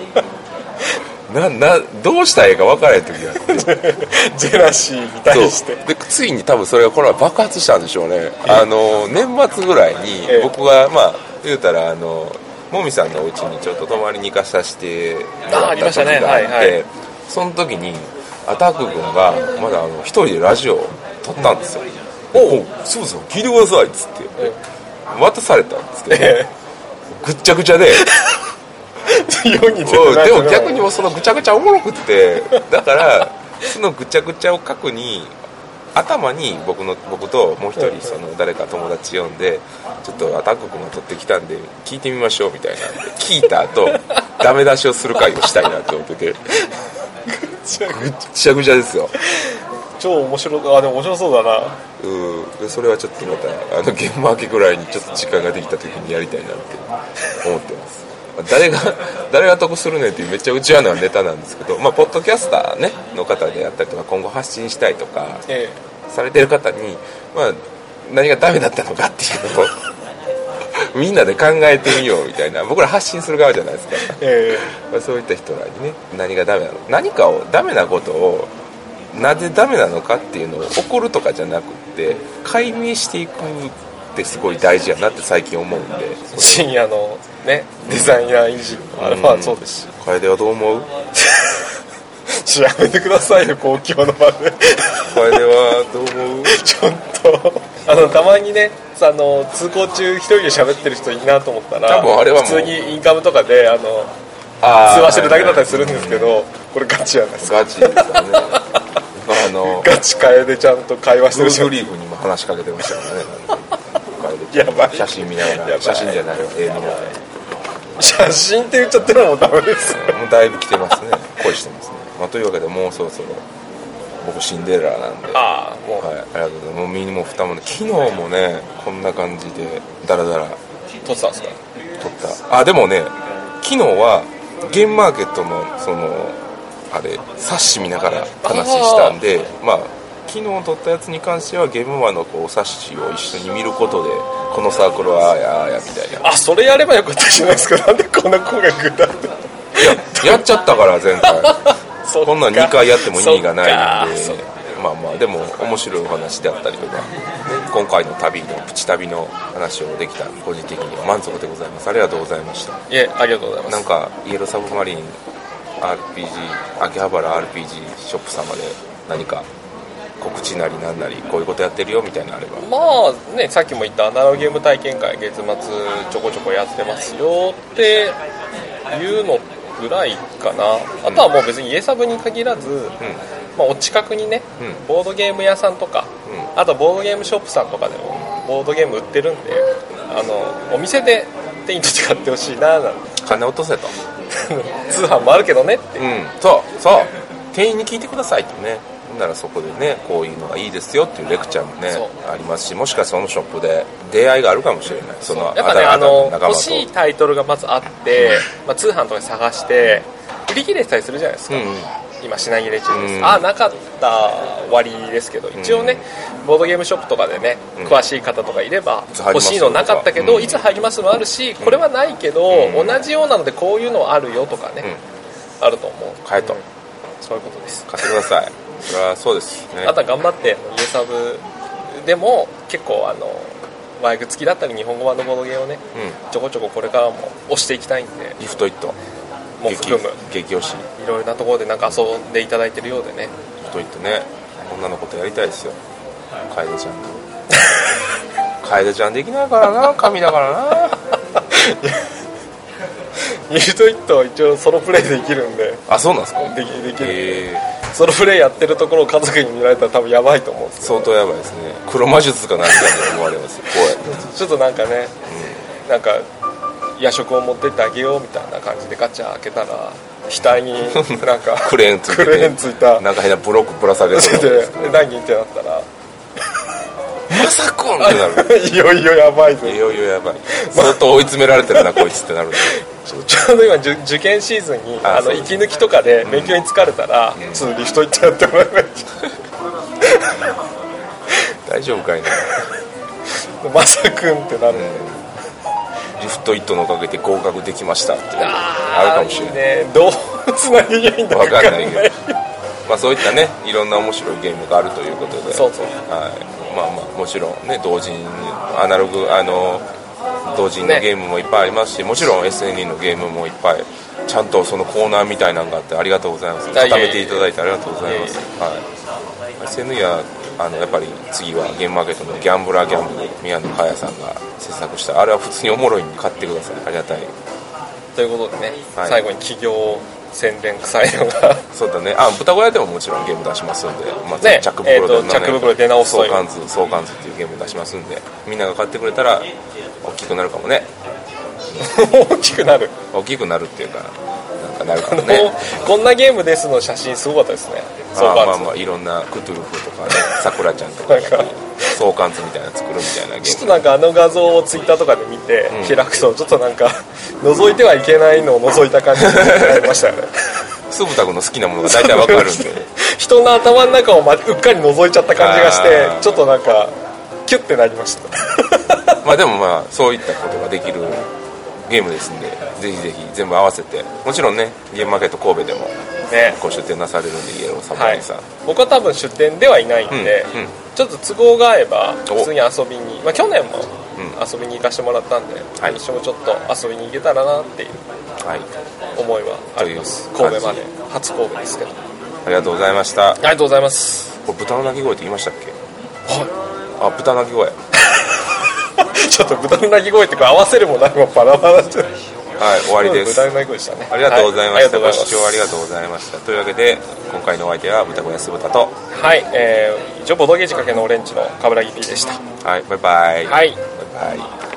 Speaker 2: ななどうしたらええか分からへん時があって
Speaker 3: ジェラシーに対し
Speaker 2: そう
Speaker 3: て
Speaker 2: でついに多分それがこれは爆発したんでしょうねあの年末ぐらいに
Speaker 3: ええ
Speaker 2: 僕がまあ言うたらあのもみさんのお家にちょっと泊まりに行かさせても
Speaker 3: ああ
Speaker 2: らっ
Speaker 3: りま
Speaker 2: た
Speaker 3: した
Speaker 2: 時
Speaker 3: ね
Speaker 2: があって
Speaker 3: はいはい
Speaker 2: その時にアタック君がまだあの一人でラジオを撮ったんですよ「おうそうそう聞いてください」っつって
Speaker 3: え
Speaker 2: 渡されたんですけど
Speaker 3: え
Speaker 2: ぐっちゃぐちゃで
Speaker 3: 世に出
Speaker 2: お
Speaker 3: て
Speaker 2: う
Speaker 3: ない
Speaker 2: で *laughs* も逆にもうそのぐちゃぐちゃおもろくってだからそのぐちゃぐちゃを書くに頭に僕の僕ともう一人その誰か友達呼んでちょっとアタック君が撮ってきたんで聞いてみましょうみたいな聞いた後ダメ出しをする会をしたいなって思って *laughs* てぐっちゃぐちゃですよ
Speaker 3: 超面白いあでも面白そうだな
Speaker 2: うんでそれはちょっとまたあの現場明けぐらいにちょっと時間ができた時にやりたいなって思ってます誰が *laughs* 誰が得するねんっていうめっちゃうちわなネタなんですけど、まあ、ポッドキャスター、ね、の方であったりとか今後発信したいとか
Speaker 3: え
Speaker 2: されてる方に、まあ、何がダメだったのかっていうのを *laughs* みんなで考えてみようみたいな僕ら発信する側じゃないですか
Speaker 3: ええ
Speaker 2: まあ、そういった人らにね何がダメなの何かをダメなことをなぜダメなのかっていうのを怒るとかじゃなくって解明していくってすごい大事やなって最近思うんで
Speaker 3: え深夜のねデザイナーいじるあれは
Speaker 2: ん
Speaker 3: そうですし
Speaker 2: 楓はどう思う
Speaker 3: 調べてくださいよ公共の場で
Speaker 2: 楓はどう思う
Speaker 3: ちょっとあのたまにねさあの通行中一人で喋ってる人いいなと思ったら
Speaker 2: 多分あれはもう
Speaker 3: 普通にインカムとかであの
Speaker 2: あ
Speaker 3: 吸わせるだけだったりするんですけどこれガチやないですか
Speaker 2: ガチですからねあの
Speaker 3: ガチ替えでちゃんと会話してるじゃ
Speaker 2: Google
Speaker 3: ん
Speaker 2: リーフにも話しかけてましたからね楓
Speaker 3: やばい
Speaker 2: 写真見なが
Speaker 3: やば
Speaker 2: ら
Speaker 3: い
Speaker 2: 写真じゃないわ映画も
Speaker 3: 写真って言っちゃってるのもダメです
Speaker 2: もうだいぶ来てますね恋してますね、まあ、というわけでもうそろそろ僕シンデレラなんではい
Speaker 3: ああもう
Speaker 2: ありがとうございますもう身にも蓋もね昨日もねこんな感じでダラダラ
Speaker 3: 撮ってたんですか
Speaker 2: 撮ったあでもね昨日はゲームマーケットのそのあれ冊子見ながら話したんでまあ昨日撮ったやつに関してはゲームマンのこう冊子を一緒に見ることでこのサークルはああやああやみたいな
Speaker 3: あそれやればよかったじゃないですかなんでこんな声がグダって
Speaker 2: やっちゃったから前回
Speaker 3: そっ
Speaker 2: *laughs*
Speaker 3: か
Speaker 2: こんなん2回やっても意味がないん
Speaker 3: そっ
Speaker 2: で
Speaker 3: か
Speaker 2: まあまあでも面白いお話であったりとか今回の旅のプチ旅の話をできた個人的には満足でございますありがとうございました
Speaker 3: いえありがとうございます
Speaker 2: なんかイエローサブマリン RPG 秋葉原 RPG ショップ様で何か告知なりなんなりこういうことやってるよみたいなのあれば
Speaker 3: まあねさっきも言ったアナログゲーム体験会月末ちょこちょこやってますよっていうのぐらいかなあとはもう別に家サブに限らず、まあ、お近くにね、
Speaker 2: うん
Speaker 3: ボードゲーム屋さんとか、あとボードゲームショップさんとかでもボードゲーム売ってるんであのお店で手に取って買ってほしいななんて *laughs*
Speaker 2: 金落とせと
Speaker 3: 通販もあるけどねって
Speaker 2: うんそうそう店員に聞いてくださいってねほんならそこでねこういうのがいいですよっていうレクチャーもね
Speaker 3: そう
Speaker 2: ありますしもしかしたらそのショップで出会いがあるかもしれないその
Speaker 3: やっぱね
Speaker 2: あ
Speaker 3: あ
Speaker 2: なた
Speaker 3: の
Speaker 2: 仲間
Speaker 3: 欲
Speaker 2: と
Speaker 3: しいタイトルがまずあって、まあ、通販とかで探して売り切れてたりするじゃないですか、
Speaker 2: うんうん
Speaker 3: 今品切れ中です、
Speaker 2: うん
Speaker 3: ああなかった割ですけど一応ね、ボードゲームショップとかでね、
Speaker 2: うん
Speaker 3: 詳しい方とかいれば
Speaker 2: いつ入り
Speaker 3: 欲
Speaker 2: ます
Speaker 3: しいのなかったけど、
Speaker 2: うん
Speaker 3: いつ入りますもあるしこれはないけど、
Speaker 2: うん
Speaker 3: 同じようなのでこういうのあるよとかね、あると思う
Speaker 2: 買えと
Speaker 3: そういうことです
Speaker 2: 買ってくださいそれはそうですね
Speaker 3: あとは頑張って家サブでも結構あのバイク付きだったり日本語版のボードゲームをね、
Speaker 2: う
Speaker 3: ちょこちょここれからも押していきたいんで
Speaker 2: んギフトイット
Speaker 3: もう含む
Speaker 2: 激推し
Speaker 3: いろいろなところでなんか遊んでいただいてるようでね
Speaker 2: ギフトイットね女の子とやりたいですよ楓ちゃん
Speaker 3: *laughs*
Speaker 2: と楓ちゃんできないからな神だから
Speaker 3: ニルトイットは一応ソロプレイできるんで
Speaker 2: なあそうなんですか
Speaker 3: できできる、
Speaker 2: えー
Speaker 3: ソロプレイやってるところを家族に見られたら多分やばいと思うんです
Speaker 2: 相当やばいですね黒魔術かなんかに思われますよ怖い
Speaker 3: けどちょっとなんかね、なんか夜食を持ってってあげようみたいな感じでガチャ開けたら額
Speaker 2: *laughs*
Speaker 3: になんか
Speaker 2: クレーンついてて
Speaker 3: クレーンついた
Speaker 2: なんか変なブロックぶら下げ
Speaker 3: つい
Speaker 2: て
Speaker 3: て
Speaker 2: る
Speaker 3: で何ってなったら
Speaker 2: まさこんってなる
Speaker 3: いよいよやばいぞ
Speaker 2: いよいよやばい相当追い詰められてるなこいつってなるんで
Speaker 3: ちょうど今受受験シーズンに
Speaker 2: あ
Speaker 3: あ
Speaker 2: そ
Speaker 3: の
Speaker 2: う
Speaker 3: 息抜きとかで勉強に疲れたら、ちょっとリフト行ってやってもらえばいいんじゃない
Speaker 2: 大丈夫かいな
Speaker 3: まさくんってなるんで、
Speaker 2: リフトイットのおかげで合格できましたってあるかもしれない
Speaker 3: いねどうつなげりゃいいんだ
Speaker 2: わかんない
Speaker 3: わ
Speaker 2: けどまあそういったねいろんな面白いゲームがあるということで
Speaker 3: そうそう
Speaker 2: はい、まあまあもちろんね同時にアナログあの同時にね
Speaker 3: ね
Speaker 2: ゲームもいっぱいありますしもちろん SNE のゲームもいっぱいちゃんとそのコーナーみたいなのがあってありがとうございます
Speaker 3: やい
Speaker 2: 固
Speaker 3: やいや
Speaker 2: めていただいてありがとうございますはい SNE はあのやっぱり次はゲームマーケットのギャンブラーギャンブル宮野佳也さんが制作したあれは普通におもろいんで買ってくださいありがたい
Speaker 3: ということでね、
Speaker 2: はい
Speaker 3: 最後に企業宣伝臭いのが *laughs*
Speaker 2: そうだねあ豚小屋でももちろんゲーム出しますんで、まあ
Speaker 3: ね
Speaker 2: 着袋
Speaker 3: えーと着袋出直すと
Speaker 2: 相
Speaker 3: いう
Speaker 2: 関図相関図っていうゲーム出しますんでみんなが買ってくれたら大きくなるかもね
Speaker 3: 大きくなる、
Speaker 2: 大きくなるっていうかなんかなるかも
Speaker 3: もう *laughs*
Speaker 2: ね
Speaker 3: こんなゲームですの写真すごかったですね
Speaker 2: まあまあ
Speaker 3: 図
Speaker 2: まあいろんなクトゥルフとかねさくらちゃん
Speaker 3: *laughs*
Speaker 2: とか
Speaker 3: なんか
Speaker 2: 相関図みたいなの作るみたいなゲ
Speaker 3: ち
Speaker 2: ー
Speaker 3: ょっと
Speaker 2: ム
Speaker 3: なんかあの画像をツイッターとかで見て開くとちょっとなんか覗いてはいけないのを覗いた感じになりましたよね
Speaker 2: 酢豚君の好きなものが大体わかるんで
Speaker 3: *laughs* 人の頭の中をまうっかり覗いちゃった感じがして
Speaker 2: あー
Speaker 3: ちょっとなんかキュッてなりました
Speaker 2: まあでもまあそういったことができるゲームですんでぜひぜひ全部合わせてもちろんねゲームマーケット神戸でも
Speaker 3: ね
Speaker 2: ご出店なされるんでイエローサボ
Speaker 3: は
Speaker 2: テ
Speaker 3: い
Speaker 2: ンさん、、
Speaker 3: 僕は多分出店ではいないんで、
Speaker 2: うんうん
Speaker 3: ちょっと都合が合えば
Speaker 2: お
Speaker 3: 普通に遊びに、まあ、去年も
Speaker 2: うん
Speaker 3: 遊びに行かせてもらったんで、
Speaker 2: はい
Speaker 3: 一緒にちょっと遊びに行けたらなっていう
Speaker 2: はい、
Speaker 3: 思いはあります
Speaker 2: という
Speaker 3: 神戸まで
Speaker 2: 感
Speaker 3: 初神戸ですけどあ
Speaker 2: ありがとうございました
Speaker 3: りがとうございます
Speaker 2: これ豚の鳴き声って言いましたっけあ豚の鳴き声はい
Speaker 3: ちょっと豚の鳴き声ってこれ合わせるも何もバラバラで
Speaker 2: 終わりです
Speaker 3: 豚の鳴き声でしたね
Speaker 2: ありがとうございました、
Speaker 3: はありがとうございま
Speaker 2: ご視
Speaker 3: す
Speaker 2: 聴ありがとうございましたというわけで今回のお相手は豚小屋酢豚と
Speaker 3: はい、えー、以上ボドゲージかけのオレンジの冠城 P でした
Speaker 2: はいバイバイ、
Speaker 3: はい
Speaker 2: バイバイ